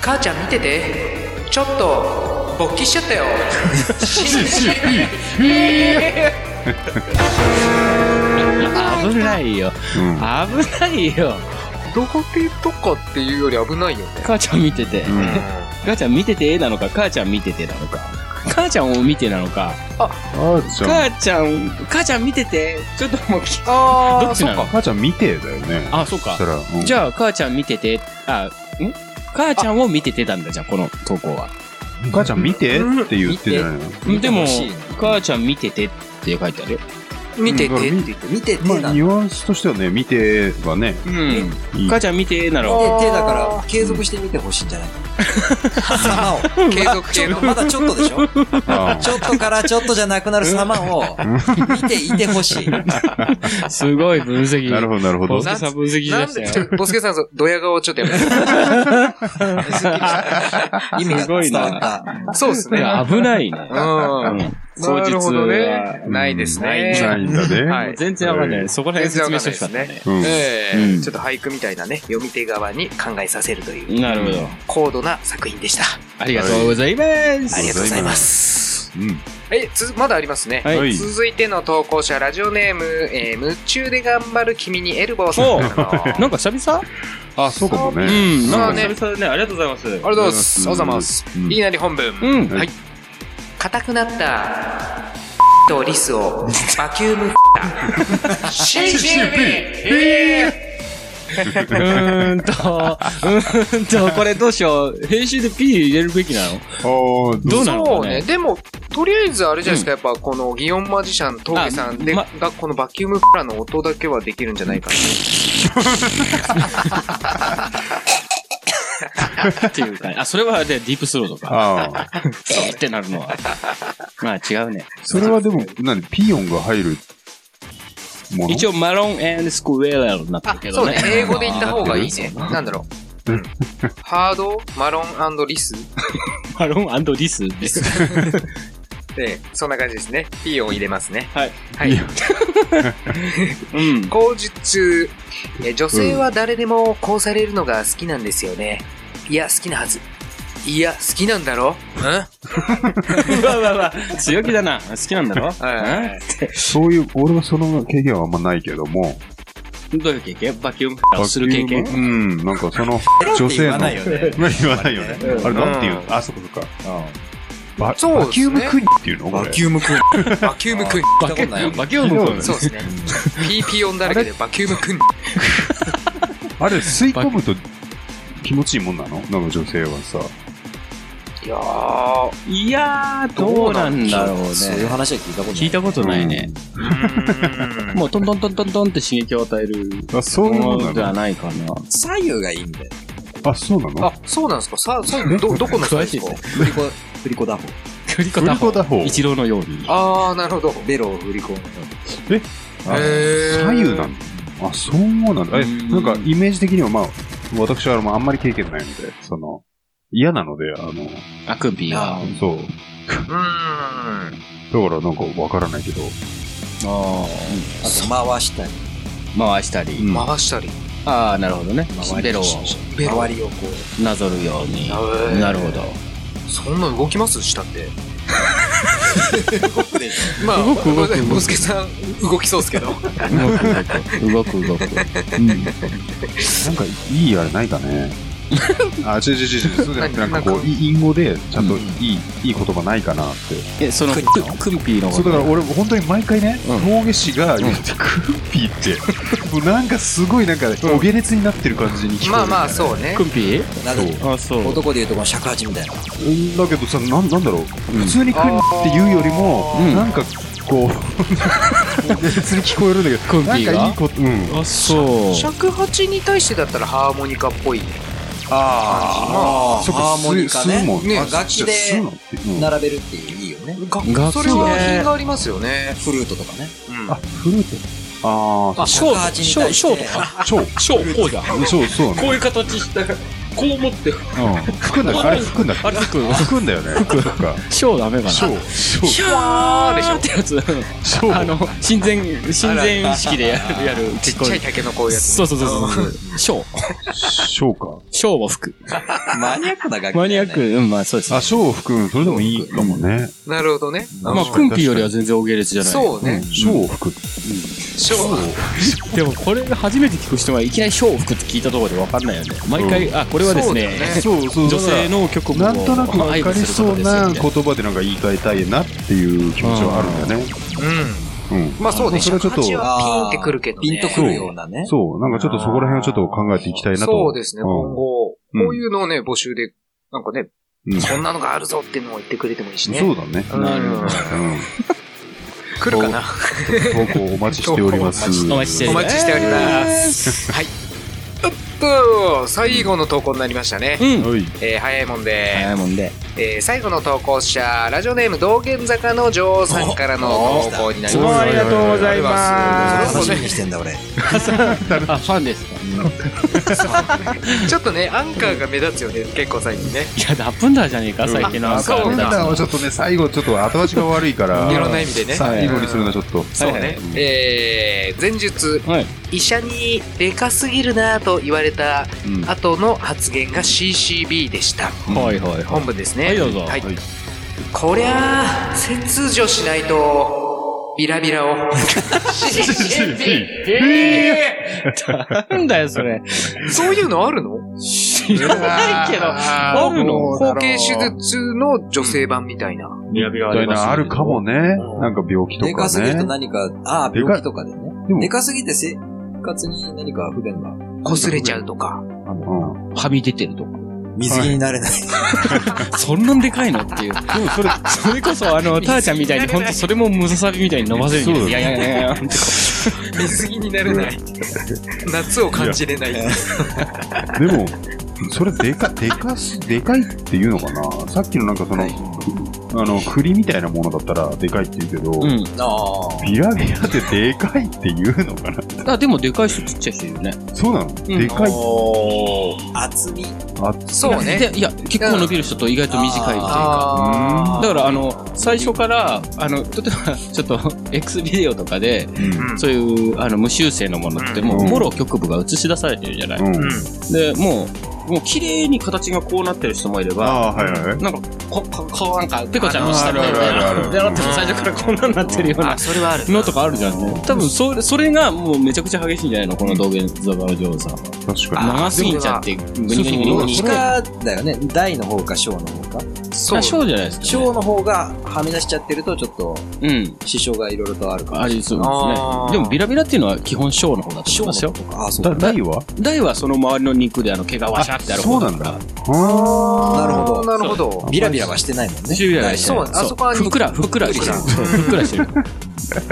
[SPEAKER 5] 母ちゃん見てて。ちょっと、勃起しちゃっ たよ。
[SPEAKER 3] 危ないよ。
[SPEAKER 6] うん
[SPEAKER 3] 危ないよ。
[SPEAKER 5] 童貞とかっていうより危ないよね。
[SPEAKER 3] 母ちゃん見てて。
[SPEAKER 6] うん
[SPEAKER 3] 母ちゃん見ててえなのか、母ちゃん見ててなのか。母ちゃんを見てなのか。
[SPEAKER 6] 母ちゃん。
[SPEAKER 3] 母ちゃん、母ちゃん見てて。ちょっともうき、
[SPEAKER 5] あー、
[SPEAKER 3] どっちなの
[SPEAKER 5] そ
[SPEAKER 6] 母ちゃん見てだよね。
[SPEAKER 3] あ、そう
[SPEAKER 6] そ
[SPEAKER 3] か
[SPEAKER 6] し。たら、うん
[SPEAKER 3] じゃあ、母ちゃん見てて、あ、ん母ちゃんを見ててたんだじゃん、この投稿は。
[SPEAKER 6] 母ちゃん見てって言ってんじゃないの
[SPEAKER 7] 見
[SPEAKER 3] で
[SPEAKER 7] て
[SPEAKER 3] も
[SPEAKER 7] ほしい、
[SPEAKER 3] 母ちゃん見ててって書いてあるよ。
[SPEAKER 5] っか見ててって言って。
[SPEAKER 7] 見てて
[SPEAKER 6] ま
[SPEAKER 7] な
[SPEAKER 6] あ、
[SPEAKER 7] んだ。
[SPEAKER 6] ニュアンスとしてはね、見てはね、
[SPEAKER 3] うん。
[SPEAKER 6] いい。
[SPEAKER 3] 母ちゃん見てな
[SPEAKER 5] あ
[SPEAKER 3] ら、
[SPEAKER 5] ー
[SPEAKER 7] 見ててだから、継続して見てほしいんじゃないか。様を。
[SPEAKER 5] 継続系の。
[SPEAKER 7] まだちょっとでしょ
[SPEAKER 6] あ
[SPEAKER 7] ちょっとからちょっとじゃなくなる様を見ていてほしい。
[SPEAKER 3] すごい分析。
[SPEAKER 6] ーなるほど、なるほど
[SPEAKER 3] ボ。スさん分析し
[SPEAKER 5] な
[SPEAKER 3] ま
[SPEAKER 5] ん
[SPEAKER 3] した
[SPEAKER 5] で
[SPEAKER 3] よ。、
[SPEAKER 5] ボスケさん、そうドヤ顔ちょっとやめて。
[SPEAKER 7] 意味 が
[SPEAKER 3] すごい
[SPEAKER 7] 伝
[SPEAKER 3] な
[SPEAKER 7] わった。
[SPEAKER 5] そうです
[SPEAKER 3] い
[SPEAKER 5] ね。
[SPEAKER 3] や危ないね。
[SPEAKER 5] うん。な
[SPEAKER 3] 口
[SPEAKER 5] る
[SPEAKER 3] 実
[SPEAKER 5] ほど
[SPEAKER 3] は
[SPEAKER 5] ね。ないですね。
[SPEAKER 6] ないんだね。
[SPEAKER 5] はい
[SPEAKER 3] 全然わかんない。そこら辺説明してほしかった
[SPEAKER 5] 全然
[SPEAKER 3] ね。
[SPEAKER 6] うん。
[SPEAKER 5] ええ
[SPEAKER 3] うん
[SPEAKER 5] ちょっと俳句みたいなね、読み手側に考えさせるという、
[SPEAKER 3] なるほど。
[SPEAKER 5] 高度な作品でした。
[SPEAKER 3] ありがとうございます。
[SPEAKER 5] ありがとうございます。
[SPEAKER 6] うん。
[SPEAKER 5] え、つ、まだありますね。
[SPEAKER 3] はい
[SPEAKER 6] はい
[SPEAKER 5] 続いての投稿者、ラジオネーム、えー夢中で頑張る君にエルボーさんから
[SPEAKER 3] な
[SPEAKER 5] の。
[SPEAKER 3] んか久々
[SPEAKER 6] あ、そうかも
[SPEAKER 3] う
[SPEAKER 6] ね。
[SPEAKER 3] ん。
[SPEAKER 5] そ
[SPEAKER 3] な
[SPEAKER 5] うん
[SPEAKER 3] か
[SPEAKER 5] ね
[SPEAKER 3] 久々だね。ありがとうございます。
[SPEAKER 5] ありがとうございます。おはようございます。
[SPEAKER 6] うん
[SPEAKER 5] いきなり本文。
[SPEAKER 3] うん。
[SPEAKER 6] はい
[SPEAKER 5] 硬くなった、とリスを、バキューム、CCP!
[SPEAKER 3] うーんと、うーんと、これどうしよう。編集で P 入れるべきなの
[SPEAKER 6] おー
[SPEAKER 3] どうなの
[SPEAKER 5] そう
[SPEAKER 3] か
[SPEAKER 5] ね。
[SPEAKER 3] ね。
[SPEAKER 5] でも、とりあえずあれじゃないですか、やっぱこの、祇園マジシャン、峠さんで、
[SPEAKER 3] あま
[SPEAKER 5] が、このバキュームフラの音だけはできるんじゃないかな。
[SPEAKER 3] っていうか、あ、それはでディープスローとか、
[SPEAKER 6] ああ。
[SPEAKER 3] そうってなるの は。まあ違うね。
[SPEAKER 6] それはでも、何ピヨンが入るもの
[SPEAKER 3] 一応マロンスクエアになってる
[SPEAKER 5] あ
[SPEAKER 3] け、
[SPEAKER 5] そ
[SPEAKER 3] ど
[SPEAKER 5] う
[SPEAKER 3] ね
[SPEAKER 5] ね。。英語で言った方がいいね。
[SPEAKER 6] あ
[SPEAKER 5] なんだろう。うんハード、マロンリス
[SPEAKER 3] マロンリスです。
[SPEAKER 5] で、そんな感じですね。P を入れますね。
[SPEAKER 3] はい。
[SPEAKER 5] はい。
[SPEAKER 3] うん。
[SPEAKER 5] 口述、え女性は誰でもこうされるのが好きなんですよね。いや、好きなはず。いや、好きなんだろ
[SPEAKER 3] うわうわうわ、強気だな。好きなんだろ
[SPEAKER 5] はい
[SPEAKER 6] そういう、俺はその経験はあんまないけども。
[SPEAKER 3] うんどういう経験バキュームをする経験
[SPEAKER 6] うん、なんかその、
[SPEAKER 7] っ
[SPEAKER 6] 女
[SPEAKER 7] て
[SPEAKER 6] 性
[SPEAKER 7] 言
[SPEAKER 6] の。
[SPEAKER 7] わないよね。
[SPEAKER 6] まあ 言わないよね。あれなんていうのあ、そっかそっか。バ
[SPEAKER 5] そうですね
[SPEAKER 6] バキュームクニっていうのこ
[SPEAKER 7] バ
[SPEAKER 6] れ
[SPEAKER 7] キュームクイーン。
[SPEAKER 5] バキュームくん。
[SPEAKER 7] 聞いたことないよね。
[SPEAKER 3] バキューム
[SPEAKER 5] そうですね。PP 音だらけでバキュームくん。
[SPEAKER 6] あれ、吸い込むと気持ちいいもんなのなんか女性はさ。
[SPEAKER 5] いやー、
[SPEAKER 3] いやー、どうなんだろう
[SPEAKER 7] そういう
[SPEAKER 3] ね。
[SPEAKER 7] 話は聞いたことない。
[SPEAKER 3] 聞いたことないね。
[SPEAKER 5] うーん
[SPEAKER 3] もうトントントントントンって刺激を与える
[SPEAKER 6] あ、そういうも
[SPEAKER 3] も
[SPEAKER 6] んな
[SPEAKER 3] のでは
[SPEAKER 6] の
[SPEAKER 3] ないかな。
[SPEAKER 7] 左右がいいんだよ。
[SPEAKER 6] あ、そうなの
[SPEAKER 5] あ、そうなんですかさ、そういうのど、どこの人ですか
[SPEAKER 3] 詳し
[SPEAKER 7] 振り子、振り子打法。
[SPEAKER 3] 振り子
[SPEAKER 6] 振り
[SPEAKER 3] 打
[SPEAKER 6] 子
[SPEAKER 3] 法。
[SPEAKER 6] 打法。
[SPEAKER 3] 一郎のように。
[SPEAKER 5] あー、なるほど。
[SPEAKER 7] ベロを振り子。
[SPEAKER 6] あ
[SPEAKER 5] へー
[SPEAKER 6] 左右なんだ。あ、そうなんだ。え、
[SPEAKER 3] うん
[SPEAKER 6] なんかイメージ的にはまあ、私はまああんまり経験ないので、その、嫌なので、あの、
[SPEAKER 3] あくびが。
[SPEAKER 6] そう。
[SPEAKER 5] うーん。
[SPEAKER 6] だからなんかわからないけど。
[SPEAKER 3] あ
[SPEAKER 7] あと回したり、
[SPEAKER 3] ー回したり。
[SPEAKER 6] うん
[SPEAKER 5] 回したり。
[SPEAKER 3] ああ、なるほどね。
[SPEAKER 7] 回り
[SPEAKER 3] ベロを
[SPEAKER 5] ベロ
[SPEAKER 7] 周りをこ
[SPEAKER 3] なぞるように。
[SPEAKER 5] ー
[SPEAKER 3] なるほど。
[SPEAKER 5] そんな動きます下って。
[SPEAKER 7] う、こうで
[SPEAKER 5] まあ、
[SPEAKER 6] 動く動く動く
[SPEAKER 5] ボスケさん 動きそうですけど。
[SPEAKER 3] 動く動く。動く動く。
[SPEAKER 6] なんかいいあれないかね。 あ、違う違う違う違う、そうじゃなくて、な
[SPEAKER 5] 何
[SPEAKER 6] んかこう、
[SPEAKER 5] なんか
[SPEAKER 6] いい隠語で、ちゃんと
[SPEAKER 3] う
[SPEAKER 6] いい、いい言葉ないかなって。
[SPEAKER 3] え、その、
[SPEAKER 7] クン
[SPEAKER 3] クンピーのこ
[SPEAKER 6] そう、
[SPEAKER 3] と
[SPEAKER 6] だから俺、本当に毎回ね、
[SPEAKER 3] うん
[SPEAKER 6] 峠師が言って、クッピーって、 もうなんかすごいなんか、お下劣になってる感じに聞こえる。
[SPEAKER 5] まあまあ、そうね
[SPEAKER 3] ク。ンピー
[SPEAKER 7] なんだ
[SPEAKER 3] あ、そ
[SPEAKER 7] 男で言うとこの尺八みたいな。
[SPEAKER 6] うんだけどさ、なんなんだろう、
[SPEAKER 3] うん
[SPEAKER 6] 普通にクッっていうよりも
[SPEAKER 3] う、ん
[SPEAKER 6] なんか、こう 普通に聞こえるんだけど
[SPEAKER 3] コンピーが
[SPEAKER 6] なんかいいことうん
[SPEAKER 3] あそう
[SPEAKER 5] 尺八に対してだったらハーモニカっぽい
[SPEAKER 6] あ
[SPEAKER 7] あーハーモニカね
[SPEAKER 6] 吸うもん
[SPEAKER 5] ね
[SPEAKER 6] あ
[SPEAKER 7] 楽器で
[SPEAKER 6] 吸うのってうん
[SPEAKER 7] 並べるっていういいよね
[SPEAKER 5] 楽
[SPEAKER 3] 楽器
[SPEAKER 5] それは品がありますよね、
[SPEAKER 7] フルートとかね
[SPEAKER 5] うん
[SPEAKER 6] あフルートああ
[SPEAKER 3] あ、ショート、ショーショートか。
[SPEAKER 6] そう
[SPEAKER 3] ショー、こうじゃん。
[SPEAKER 6] そうそうだね
[SPEAKER 1] こういう形した、こう持って、
[SPEAKER 6] うん吹くんだよあれ吹くんだっけ
[SPEAKER 3] あれ吹く
[SPEAKER 6] 吹くんだよね吹くとか
[SPEAKER 3] ショーダメかな。
[SPEAKER 6] ショーショー
[SPEAKER 3] ショーでしょってやつ。
[SPEAKER 6] ショー
[SPEAKER 3] あの、親善、親善式でやる、やる。
[SPEAKER 5] ちっちゃい竹のこういうやつ
[SPEAKER 3] そうそうそうそう。ショー。
[SPEAKER 6] ショーか
[SPEAKER 3] ショーを吹く。
[SPEAKER 7] マニアックな楽器だよね
[SPEAKER 3] マニアック、うん、まあそうです。
[SPEAKER 6] あショーを吹くそれでもいいかもね
[SPEAKER 5] なるほどね
[SPEAKER 3] まあ、クンピーよりは全然大芸列じゃない。
[SPEAKER 5] そうね、
[SPEAKER 6] ショーを吹く
[SPEAKER 5] ショー
[SPEAKER 3] でもこれが初めて聞く人はいきなりショーを吹くって聞いたところで分かんないよね。毎回、あ、これはですね、
[SPEAKER 6] そうそう
[SPEAKER 3] 女性の曲も
[SPEAKER 6] なんとなく分かりそうな言葉でなんか言い換えたいなっていう気持ちはあるんだよね。
[SPEAKER 5] うん
[SPEAKER 6] うん。
[SPEAKER 5] まあそうね
[SPEAKER 6] それはちょっ
[SPEAKER 5] 尺八
[SPEAKER 6] と、
[SPEAKER 5] は
[SPEAKER 7] あー
[SPEAKER 5] ピンってくるけどね
[SPEAKER 7] ピンとくるようなね
[SPEAKER 6] そう、なんかちょっとそこら辺をちょっと考えていきたいなと。
[SPEAKER 5] そうですね、
[SPEAKER 6] ん
[SPEAKER 5] 今後、
[SPEAKER 6] うん
[SPEAKER 5] こういうのをね、募集で、なんかね、
[SPEAKER 6] うん
[SPEAKER 5] こんなのがあるぞっていうのを言ってくれてもいいしね。
[SPEAKER 6] そうだね。
[SPEAKER 5] なるほど来るかな
[SPEAKER 6] うん。投稿お待ちしております。
[SPEAKER 3] お待ちして
[SPEAKER 5] お
[SPEAKER 3] る
[SPEAKER 5] 待ちしております。はい。おっと、最後の投稿になりましたね。
[SPEAKER 3] うん。
[SPEAKER 6] はい。
[SPEAKER 5] えー早いもんで、
[SPEAKER 3] 早いもんで。
[SPEAKER 5] えー最後の投稿者、ラジオネーム道玄坂の女王さんからの投稿になります。
[SPEAKER 6] おありがとうござ
[SPEAKER 5] います
[SPEAKER 7] 楽しみにしてんだ俺
[SPEAKER 3] あ、ファンですか。
[SPEAKER 5] ちょっとね、アンカーが目立つよね、結構最近ね。
[SPEAKER 3] いや、ダップンダーじゃねえか、最近のアンカー
[SPEAKER 5] そ
[SPEAKER 3] で
[SPEAKER 5] うな
[SPEAKER 6] た
[SPEAKER 5] ん
[SPEAKER 6] だはちょっとね、最後ちょっと後味が悪いから、
[SPEAKER 5] いろんな意味でね。
[SPEAKER 6] 最後にするのはちょっと。
[SPEAKER 5] そう
[SPEAKER 3] はいはい
[SPEAKER 5] ね。えー前述、
[SPEAKER 3] はい。
[SPEAKER 5] 医者にでかすぎるなぁと言われた
[SPEAKER 6] うん
[SPEAKER 5] 後の発言が CCB でした。
[SPEAKER 3] はいはいはい。
[SPEAKER 5] 本部ですね。
[SPEAKER 3] はいどうぞ
[SPEAKER 5] はい
[SPEAKER 6] はい
[SPEAKER 5] こりゃあ、切除しないと、ビラビ ラを。CCB え
[SPEAKER 3] なんだよ、それ。
[SPEAKER 5] ーそういうのあるの
[SPEAKER 3] 知らないけど、あるの
[SPEAKER 5] 包茎手術の女性版みたいな。
[SPEAKER 3] リアビ
[SPEAKER 6] みたいなあるかもね。なんか病気と
[SPEAKER 7] でか
[SPEAKER 6] か
[SPEAKER 7] すぎると
[SPEAKER 6] ね。
[SPEAKER 7] 何か、ああ、
[SPEAKER 6] でか
[SPEAKER 7] 病気とかでね。
[SPEAKER 6] でも
[SPEAKER 7] でかすぎて生活に何か不便な。
[SPEAKER 5] 擦れちゃうとか。
[SPEAKER 6] うん。
[SPEAKER 3] はみ出てると
[SPEAKER 7] 水着になれない。
[SPEAKER 3] そんなんでかいのっていう。でもそれ、それこそ、あの、ターちゃんみたいに、ほんとそれもムササビみたいに伸ばせるんだよ
[SPEAKER 6] そう
[SPEAKER 3] い
[SPEAKER 6] だ
[SPEAKER 3] や
[SPEAKER 6] ね
[SPEAKER 3] いやいやいや。
[SPEAKER 5] 水着になれない。 夏を感じれない。
[SPEAKER 6] でも、それでか、でかす、でかいっていうのかなさっきのなんかその、あの、栗みたいなものだったらでかいって言うけど、
[SPEAKER 3] うん。
[SPEAKER 7] ああ。
[SPEAKER 6] ビラビラってでかいって言うのかな
[SPEAKER 3] あ、でもでかい人ちっちゃい人いるね。
[SPEAKER 6] そうなの、
[SPEAKER 3] ん
[SPEAKER 6] でかい
[SPEAKER 7] 厚み。
[SPEAKER 6] あ
[SPEAKER 5] そうね。
[SPEAKER 3] でいや、結構伸びる人と意外と短いというか。
[SPEAKER 5] あ
[SPEAKER 3] だから、あの、最初から、あの、例えば、ちょっと、X ビデオとかで、
[SPEAKER 5] うん
[SPEAKER 3] そういう、あの、無修正のものって、もう、
[SPEAKER 6] うん
[SPEAKER 3] もろ局部が映し出されてるじゃない。
[SPEAKER 6] うん。
[SPEAKER 5] う
[SPEAKER 6] うんん。
[SPEAKER 3] で、もう、もう、綺麗に形がこうなってる人もいれ
[SPEAKER 6] あ
[SPEAKER 3] ば、
[SPEAKER 6] あ、はいはい。
[SPEAKER 3] なんか、こ、こ、こうなんか、ペコちゃんの下みたい
[SPEAKER 6] あるあるあ
[SPEAKER 3] な。
[SPEAKER 6] る
[SPEAKER 3] で、あっても最初からこんなんなってるような
[SPEAKER 5] あ、それはある。
[SPEAKER 3] のとかあるじゃんね。多分、それ、それがもうめちゃくちゃ激しいんじゃないのこの道玄坂の女王さんは。
[SPEAKER 6] 確か
[SPEAKER 3] 長すぎちゃって、グニグニグニグニ
[SPEAKER 7] 右かだよね。大の方か小の方か。
[SPEAKER 5] そう
[SPEAKER 3] あ、。そうじゃないですか、ね。
[SPEAKER 7] 小の方がはみ出しちゃってるとちょっと
[SPEAKER 3] うん。
[SPEAKER 7] 支障がいろいろとあるから。
[SPEAKER 3] ありそうです
[SPEAKER 5] あー
[SPEAKER 3] ね。でも、ビラビラっていうのは基本小の方だと思い
[SPEAKER 7] 小の
[SPEAKER 3] ます
[SPEAKER 7] 方
[SPEAKER 3] よ。
[SPEAKER 7] か。ああ、そう
[SPEAKER 6] に。
[SPEAKER 7] か。
[SPEAKER 6] だ、いは
[SPEAKER 3] 大はその周りの肉で、あの、毛がワシャってある方
[SPEAKER 6] そうなんだ。あ
[SPEAKER 7] なるほど。
[SPEAKER 5] なるほど。
[SPEAKER 7] ビラビラはしてないもんね。
[SPEAKER 3] 種類は
[SPEAKER 5] そうあそこは
[SPEAKER 3] ふっくら、ふっくらしてる。そうふっくらしてる。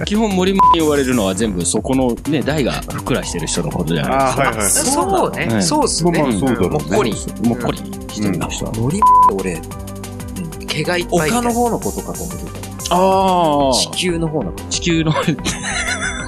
[SPEAKER 3] 基本、森間に呼ばれるのは全部、そこのね、大がふっくらしてる人のことじゃ
[SPEAKER 6] あ。
[SPEAKER 3] ない
[SPEAKER 6] ああ、はいはい。
[SPEAKER 5] そう
[SPEAKER 3] は
[SPEAKER 5] ね。
[SPEAKER 3] い
[SPEAKER 5] そうっす
[SPEAKER 6] まあ
[SPEAKER 5] ね
[SPEAKER 6] まあ、。そうだろうね。
[SPEAKER 5] もっこり。
[SPEAKER 3] もっこりしてる人は。
[SPEAKER 7] 森俺、
[SPEAKER 5] 毛がいっぱいいて。
[SPEAKER 7] 丘の方のことかと思って
[SPEAKER 3] あ
[SPEAKER 7] た。
[SPEAKER 3] あ
[SPEAKER 7] 地。球の方のこと。
[SPEAKER 3] 地球の、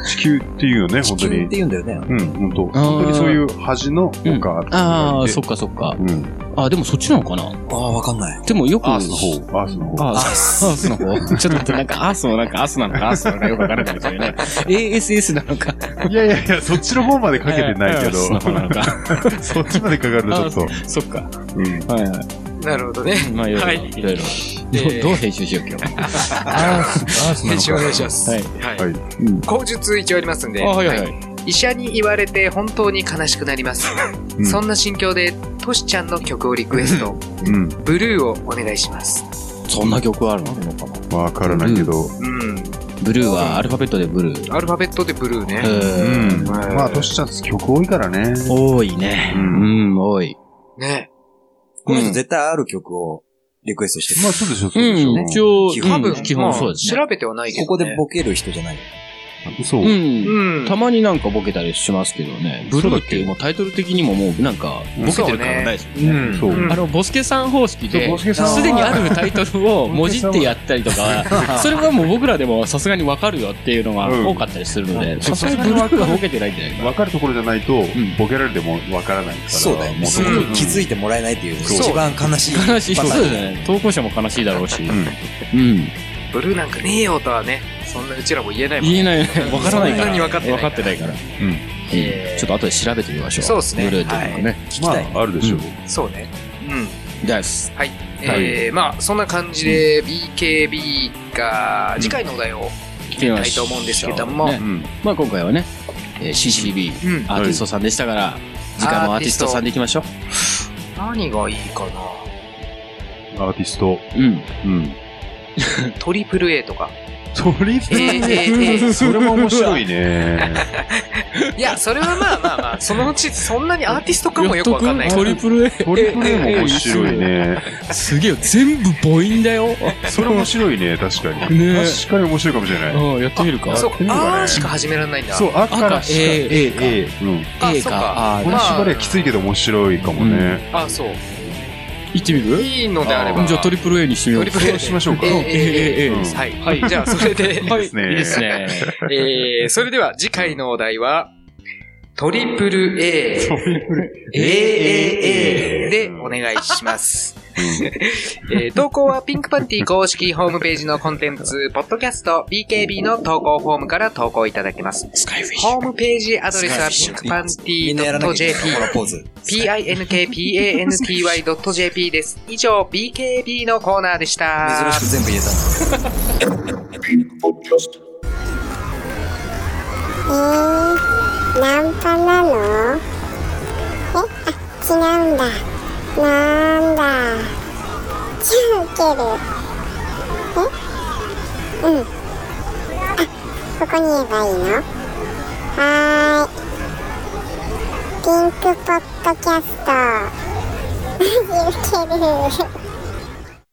[SPEAKER 6] 地球っていうよね、
[SPEAKER 7] 地
[SPEAKER 6] 本当
[SPEAKER 7] 球って
[SPEAKER 6] に。
[SPEAKER 7] 言うんだよね。
[SPEAKER 6] うん、本当。
[SPEAKER 3] あー
[SPEAKER 6] 本当にそういう端のおかっていうのがいて
[SPEAKER 3] ああ、そっかそっか。
[SPEAKER 6] うん。
[SPEAKER 3] あ、でもそっちなのかな
[SPEAKER 7] ああ、わかんない。
[SPEAKER 3] でもよく。
[SPEAKER 6] アースの方、アースの方。
[SPEAKER 3] あアース。アースの方。 ちょっと待って、なんかアースのなんかアースなのかアースなのかよくわからないですよね。ASS なのか。
[SPEAKER 6] いやいやいや、そっちの方までかけてないけ ど
[SPEAKER 3] アース、の方なのか。
[SPEAKER 6] そっちまでかかるとちょっ
[SPEAKER 3] そっか。
[SPEAKER 6] と。うん。
[SPEAKER 3] はいはい。
[SPEAKER 5] なるほどね。
[SPEAKER 3] まあ、いろ
[SPEAKER 5] はいい
[SPEAKER 3] ろ。いろいろ。
[SPEAKER 5] えー
[SPEAKER 3] どうどう編集しよう、今日。
[SPEAKER 6] アース、アース
[SPEAKER 5] 編集お願いします。
[SPEAKER 3] はい
[SPEAKER 6] は
[SPEAKER 5] はいい。
[SPEAKER 3] うん
[SPEAKER 5] 口述一応ありますんで。
[SPEAKER 3] あ、はいはいはい。
[SPEAKER 5] 医者に言われて本当に悲しくなります。
[SPEAKER 6] うん
[SPEAKER 5] そんな心境で、トシちゃんの曲をリクエスト、
[SPEAKER 6] うん。
[SPEAKER 5] ブルーをお願いします。
[SPEAKER 3] そんな曲あるのかな
[SPEAKER 6] わからないけど。
[SPEAKER 5] うん。
[SPEAKER 3] ブルーはアルファベットでブルー。
[SPEAKER 5] アルファベットでブルーね。
[SPEAKER 3] うん。
[SPEAKER 6] うん。まあ、トシちゃん曲多いからね。
[SPEAKER 3] 多いね。
[SPEAKER 6] う
[SPEAKER 3] うんん、多い。
[SPEAKER 5] ね。
[SPEAKER 7] この人絶対ある曲をリクエストして
[SPEAKER 6] ま
[SPEAKER 7] ま
[SPEAKER 6] あ、
[SPEAKER 7] す。
[SPEAKER 6] そうでしょ、そうでしょ。
[SPEAKER 3] うん、一応、
[SPEAKER 7] 基
[SPEAKER 5] 多
[SPEAKER 7] 本
[SPEAKER 5] 分、
[SPEAKER 3] うん基本
[SPEAKER 5] まあ
[SPEAKER 3] そうですね。
[SPEAKER 5] 調べてはないけど、ね。
[SPEAKER 7] ここでボケる人じゃない。
[SPEAKER 6] そう。
[SPEAKER 3] うん。
[SPEAKER 5] うん。
[SPEAKER 3] たまになんかボケたりしますけどね。ブルーってもうタイトル的にももうなんか、ボケてる感がないですよね。
[SPEAKER 6] うんそう。
[SPEAKER 5] うん
[SPEAKER 3] あの、ボスケさん方式
[SPEAKER 6] そう
[SPEAKER 3] で
[SPEAKER 6] ボスケ、さんは
[SPEAKER 3] すでにあるタイトルをもじってやったりとか、それがもう僕らでもさすがにわかるよっていうのが
[SPEAKER 6] うん
[SPEAKER 3] 多かったりするので、
[SPEAKER 6] そ
[SPEAKER 3] さ
[SPEAKER 6] う
[SPEAKER 3] すがにブルーはボケてないんじゃないかな。
[SPEAKER 6] 分かるところじゃないと、
[SPEAKER 3] ん
[SPEAKER 6] ボケられても分からないから。
[SPEAKER 7] そうだよね。
[SPEAKER 6] も
[SPEAKER 7] そ
[SPEAKER 6] と
[SPEAKER 7] こ
[SPEAKER 6] もと
[SPEAKER 7] に気づいてもらえないっていう、
[SPEAKER 6] そう
[SPEAKER 7] 一番悲しい。
[SPEAKER 3] 悲しい。そ
[SPEAKER 7] パ
[SPEAKER 3] う
[SPEAKER 7] ターン
[SPEAKER 3] だね。投稿者も悲しいだろうし。
[SPEAKER 6] ん
[SPEAKER 3] うん。
[SPEAKER 5] ブルーなんかねえよとはね、そんなうちらも言えないもんね
[SPEAKER 3] 言えないよね。わからないから。
[SPEAKER 5] そんなに分かってない
[SPEAKER 3] 分かってないから。
[SPEAKER 6] うん
[SPEAKER 3] えーちょっと後で調べてみましょう。
[SPEAKER 5] そうですね
[SPEAKER 3] ブルーというのもね。
[SPEAKER 7] 聞き
[SPEAKER 6] ま
[SPEAKER 7] たい。
[SPEAKER 6] あ、あるでしょう。
[SPEAKER 5] そうね。うん。
[SPEAKER 3] です。
[SPEAKER 5] はい。えー、まあ、そんな感じで、BKB が、次回のお題を
[SPEAKER 3] 聞
[SPEAKER 5] みたいと思うんですけども
[SPEAKER 6] うん。
[SPEAKER 3] まあ今回はね、えー CCB
[SPEAKER 5] うん
[SPEAKER 3] アーティストさんでしたから、次回もアーティストさんでいきましょ
[SPEAKER 5] 何がいいかな
[SPEAKER 6] アーティスト。
[SPEAKER 3] う。うん。
[SPEAKER 6] うん。
[SPEAKER 5] トリプル A とか。
[SPEAKER 6] トリプ
[SPEAKER 5] えー、えー、え
[SPEAKER 6] それも面白いね。
[SPEAKER 5] ー。いや、それはまあまあまあ、そのうち、そんなにアーティストかもよくわかんない
[SPEAKER 3] や
[SPEAKER 5] か
[SPEAKER 3] っとく
[SPEAKER 5] ら。
[SPEAKER 3] トリプル A。
[SPEAKER 6] トリプル A も面白いね。
[SPEAKER 3] すげえよ。全部母音 だよ。
[SPEAKER 6] それ面白いね、確かに。
[SPEAKER 3] ね
[SPEAKER 6] 確かに面白いかもしれない。
[SPEAKER 3] うん、やってみるか。
[SPEAKER 5] そう
[SPEAKER 6] トリプ、ル A
[SPEAKER 5] あーしか始められないんだ。
[SPEAKER 6] そう、あから
[SPEAKER 3] 赤、
[SPEAKER 6] しか。
[SPEAKER 3] A、A か。
[SPEAKER 6] A、うん。
[SPEAKER 5] あ
[SPEAKER 3] A
[SPEAKER 5] そう
[SPEAKER 3] か
[SPEAKER 5] か。
[SPEAKER 3] あ
[SPEAKER 6] こ
[SPEAKER 3] ー
[SPEAKER 6] の縛りはきついけど面白いかもね。
[SPEAKER 5] あ、そう。
[SPEAKER 3] 行ってみる
[SPEAKER 5] いいのであれば。
[SPEAKER 3] じゃあトリプル A にしてみよ
[SPEAKER 5] ト
[SPEAKER 3] う
[SPEAKER 5] リ
[SPEAKER 3] か。
[SPEAKER 5] プル A
[SPEAKER 6] そうしましょうか
[SPEAKER 5] えー
[SPEAKER 6] うん
[SPEAKER 5] えーえー
[SPEAKER 6] うん
[SPEAKER 5] はい。はい。じゃあ、それで。
[SPEAKER 3] はい。い
[SPEAKER 6] すね
[SPEAKER 3] いですね。
[SPEAKER 5] えー、それでは次回のお題は、トリプル A。トリプル AAA でお願いします。えー投稿はピンクパンティ公式ホームページのコンテンツ、ポッドキャスト、BKB の投稿フォームから投稿いただけます。
[SPEAKER 3] スカイフィッシュ。
[SPEAKER 5] ホームページアドレスはピンクパンテ
[SPEAKER 7] みんなやらなきゃ
[SPEAKER 5] ィ
[SPEAKER 7] いけ
[SPEAKER 5] .jp
[SPEAKER 7] ない。このポーズ。
[SPEAKER 5] pinkpanty.jp です。以上、BKB のコーナーでした。
[SPEAKER 7] 珍しく全部言えたな。
[SPEAKER 2] えー、ナンパなのえ、あ、違うんだ。なんだ。じゃあ受ける。えうん。あ、ここに言えばいいのはーい。ピンクポッドキャスト。マジ受ける。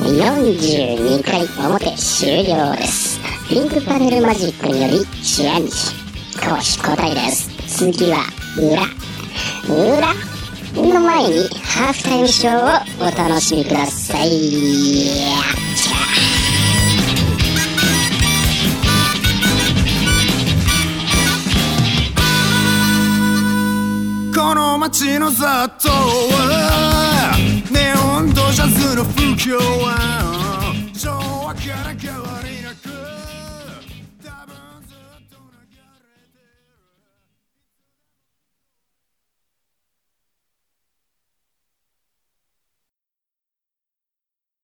[SPEAKER 4] 42回表終了ですピンクパネルマジックにより試合に攻守交代です次は裏裏の前にハーフタイムショーをお楽しみください
[SPEAKER 8] この街の雑踏は